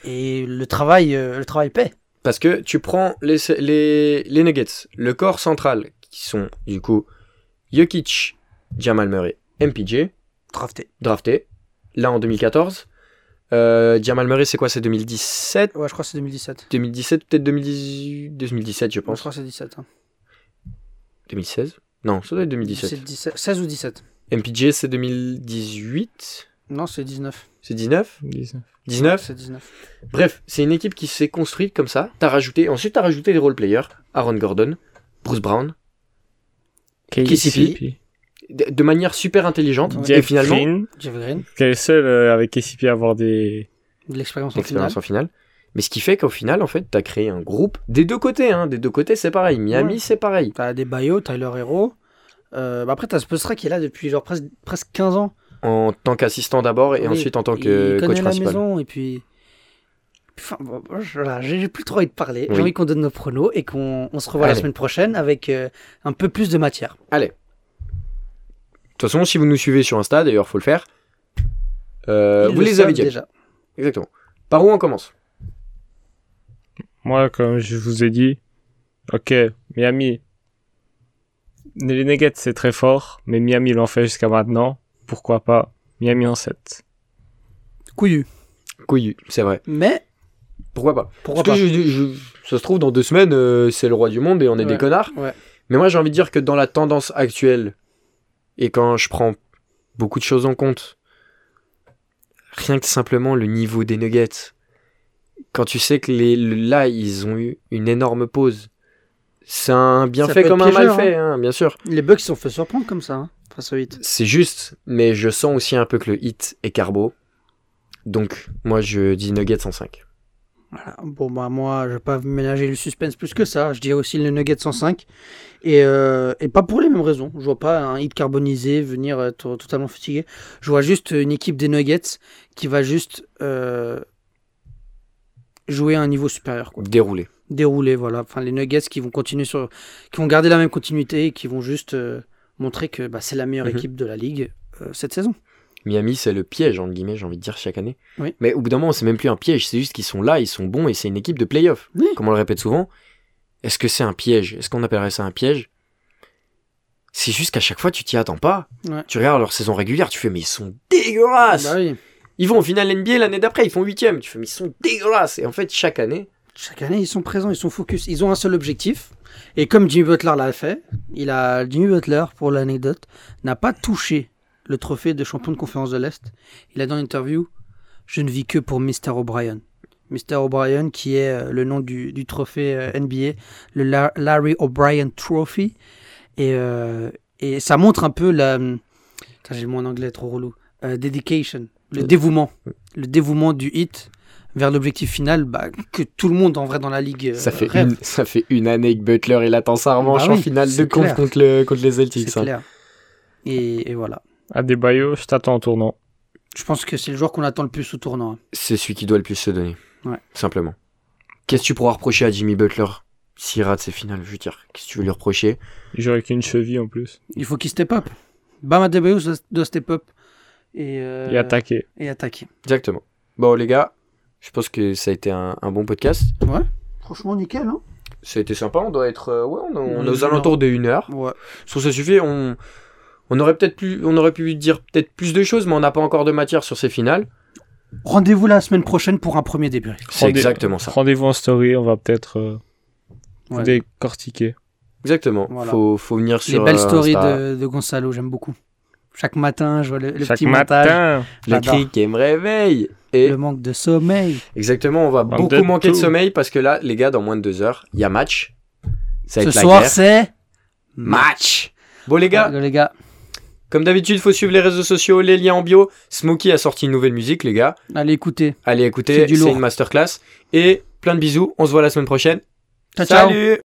Et le travail, euh, le travail paie. Parce que tu prends les, les, les Nuggets, le corps central, qui sont du coup Jokic, Jamal Murray, MPJ, Drafté. drafté. Là, en 2014. Euh, Jamal Murray, c'est quoi C'est 2017 Ouais, je crois que c'est 2017. 2017, peut-être 2018 2017, je Je crois pense. que c'est 17. hein. 2016 Non, ça doit être 2017. C'est 17. 16 ou 17 MPJ, c'est 2018 Non, c'est 19. C'est 19 19 C'est 19. Bref, c'est une équipe qui s'est construite comme ça. T'as rajouté, ensuite, t'as rajouté des role-players. Aaron Gordon, Bruce Brown, KCP. de, de manière super intelligente. Jeff Et finalement, Green, Jeff Green, qui est le seul euh, avec KCP à avoir des... de l'expérience en finale. expérience en finale. Mais ce qui fait qu'au final, en fait, t'as créé un groupe des deux côtés. hein. Des deux côtés, c'est pareil. Miami, Ouais. c'est pareil. T'as des Bayo, Tyler Hero. Euh, bah après, t'as Spostra qui est là depuis genre presque, presque 15 ans. En tant qu'assistant d'abord et Oui, ensuite en tant il que connaît coach la principal. maison et puis. Enfin, bon, bon, je- voilà, j'ai j'ai plus trop envie de parler. Oui. J'ai envie qu'on donne nos pronos et qu'on on se revoit la Allez. semaine prochaine avec euh, un peu plus de matière. Allez. De toute façon, si vous nous suivez sur Insta, d'ailleurs, faut le faire. euh, Ils vous le les savent avez déjà. déjà. Exactement. Par où on commence Moi, comme je vous ai dit, ok, Miami, les Nuggets, c'est très fort, mais Miami l'en fait jusqu'à maintenant. Pourquoi pas Miami en 7. Couillu. Couillu, c'est vrai. Mais Pourquoi pas pourquoi Parce pas que je- je- ça se trouve, dans deux semaines, euh, c'est le roi du monde et on Ouais, est des connards. ouais. Mais moi, j'ai envie de dire que dans la tendance actuelle, et quand je prends beaucoup de choses en compte, rien que simplement le niveau des nuggets, quand tu sais que les, le- là, ils ont eu une énorme pause, c'est un bien Ça fait peut comme être un mal piégeur, fait, hein, bien sûr. Les bugs sont fait surprendre comme ça, hein, face au hit. C'est juste, mais je sens aussi un peu que le hit est carbo. Donc, moi, je dis Nuggets en 5. Voilà. Bon, bah, moi, je vais pas mélanger le suspense plus que ça. Je dirais aussi le Nugget 105. Et, euh, et pas pour les mêmes raisons. Je vois pas un hit carbonisé venir être totalement fatigué. Je vois juste une équipe des Nuggets qui va juste euh, jouer à un niveau supérieur. Quoi. Déroulé. Dérouler, voilà. Enfin, les Nuggets qui vont continuer sur. qui vont garder la même continuité et qui vont juste euh, montrer que bah, c'est la meilleure Mhm. équipe de la ligue euh, cette saison. Miami, c'est le piège, entre guillemets, j'ai envie de dire, chaque année. Oui. Mais au bout d'un moment, c'est même plus un piège, c'est juste qu'ils sont là, ils sont bons et c'est une équipe de playoff. Oui. Comme on le répète souvent, est-ce que c'est un piège Est-ce qu'on appellerait ça un piège C'est juste qu'à chaque fois, tu t'y attends pas. Ouais. Tu regardes leur saison régulière, tu fais, mais ils sont dégueulasses Bah oui. Ils vont en finale NBA l'année d'après, ils font 8 Tu fais, mais ils sont dégueulasses Et en fait, chaque année, Chaque année, ils sont présents, ils sont focus. Ils ont un seul objectif. Et comme Jimmy Butler l'a fait, il a, Jimmy Butler, pour l'anecdote, n'a pas touché le trophée de champion de conférence de l'Est. Il a dans l'interview Je ne vis que pour Mr. O'Brien. Mr. O'Brien, qui est euh, le nom du, du trophée euh, NBA, le La- Larry O'Brien Trophy. Et, euh, et ça montre un peu la. Putain, J'ai le mot en anglais trop relou. Euh, dedication, le dévouement. Le dévouement du hit vers l'objectif final bah, que tout le monde en vrai dans la ligue euh, ça, fait rêve. une, ça fait une année que Butler, il attend sa revanche Bah oui, en finale de c'est compte clair. contre, le- contre les Celtics. C'est hein. clair. Et, et voilà. À des je t'attends au tournant. Je pense que c'est le joueur qu'on attend le plus au tournoi. C'est celui qui doit le plus se donner. Ouais. Simplement. Qu'est-ce que tu pourras reprocher à Jimmy Butler s'il rate ses finales Je veux dire, qu'est-ce que tu veux lui reprocher Il joue avec une cheville en plus. Il faut qu'il step up. Bam Adebayo doit- doit step up et, euh, Et attaquer. et attaquer. Exactement. Bon, les gars, je pense que ça a été un, un bon podcast. Franchement, nickel. Hein Ça a été sympa. On doit être. euh, ouais, on, on On est est aux alentours de 1 heure. ouais. Je trouve que ça suffit. On, on aurait peut-être plus, on aurait pu dire peut-être plus de choses, mais on n'a pas encore de matière sur ces finales. Rendez-vous la semaine prochaine pour un premier début. C'est Rendez- exactement ça. Rendez-vous en story, on va peut-être euh, Ouais. décortiquer. Exactement. Voilà. Faut, faut venir Les sur. belles euh, stories Insta. de, de Gonzalo, j'aime beaucoup. Chaque matin, je vois le, le Chaque petit montage, matin. Le J'adore. cri qui me réveille. Et le manque de sommeil. Exactement, on va Bande beaucoup de manquer de tout. sommeil parce que là, les gars, dans moins de deux heures, il y a match. Ça va Ce être la soir, guerre. c'est match. Bon les gars, Ah, les gars, comme d'habitude, faut suivre les réseaux sociaux, les liens en bio. Smokey a sorti une nouvelle musique, les gars. allez écouter. Allez C'est écouter, du c'est lourd. une masterclass. Et plein de bisous. On se voit la semaine prochaine. Ciao, ciao. Salut.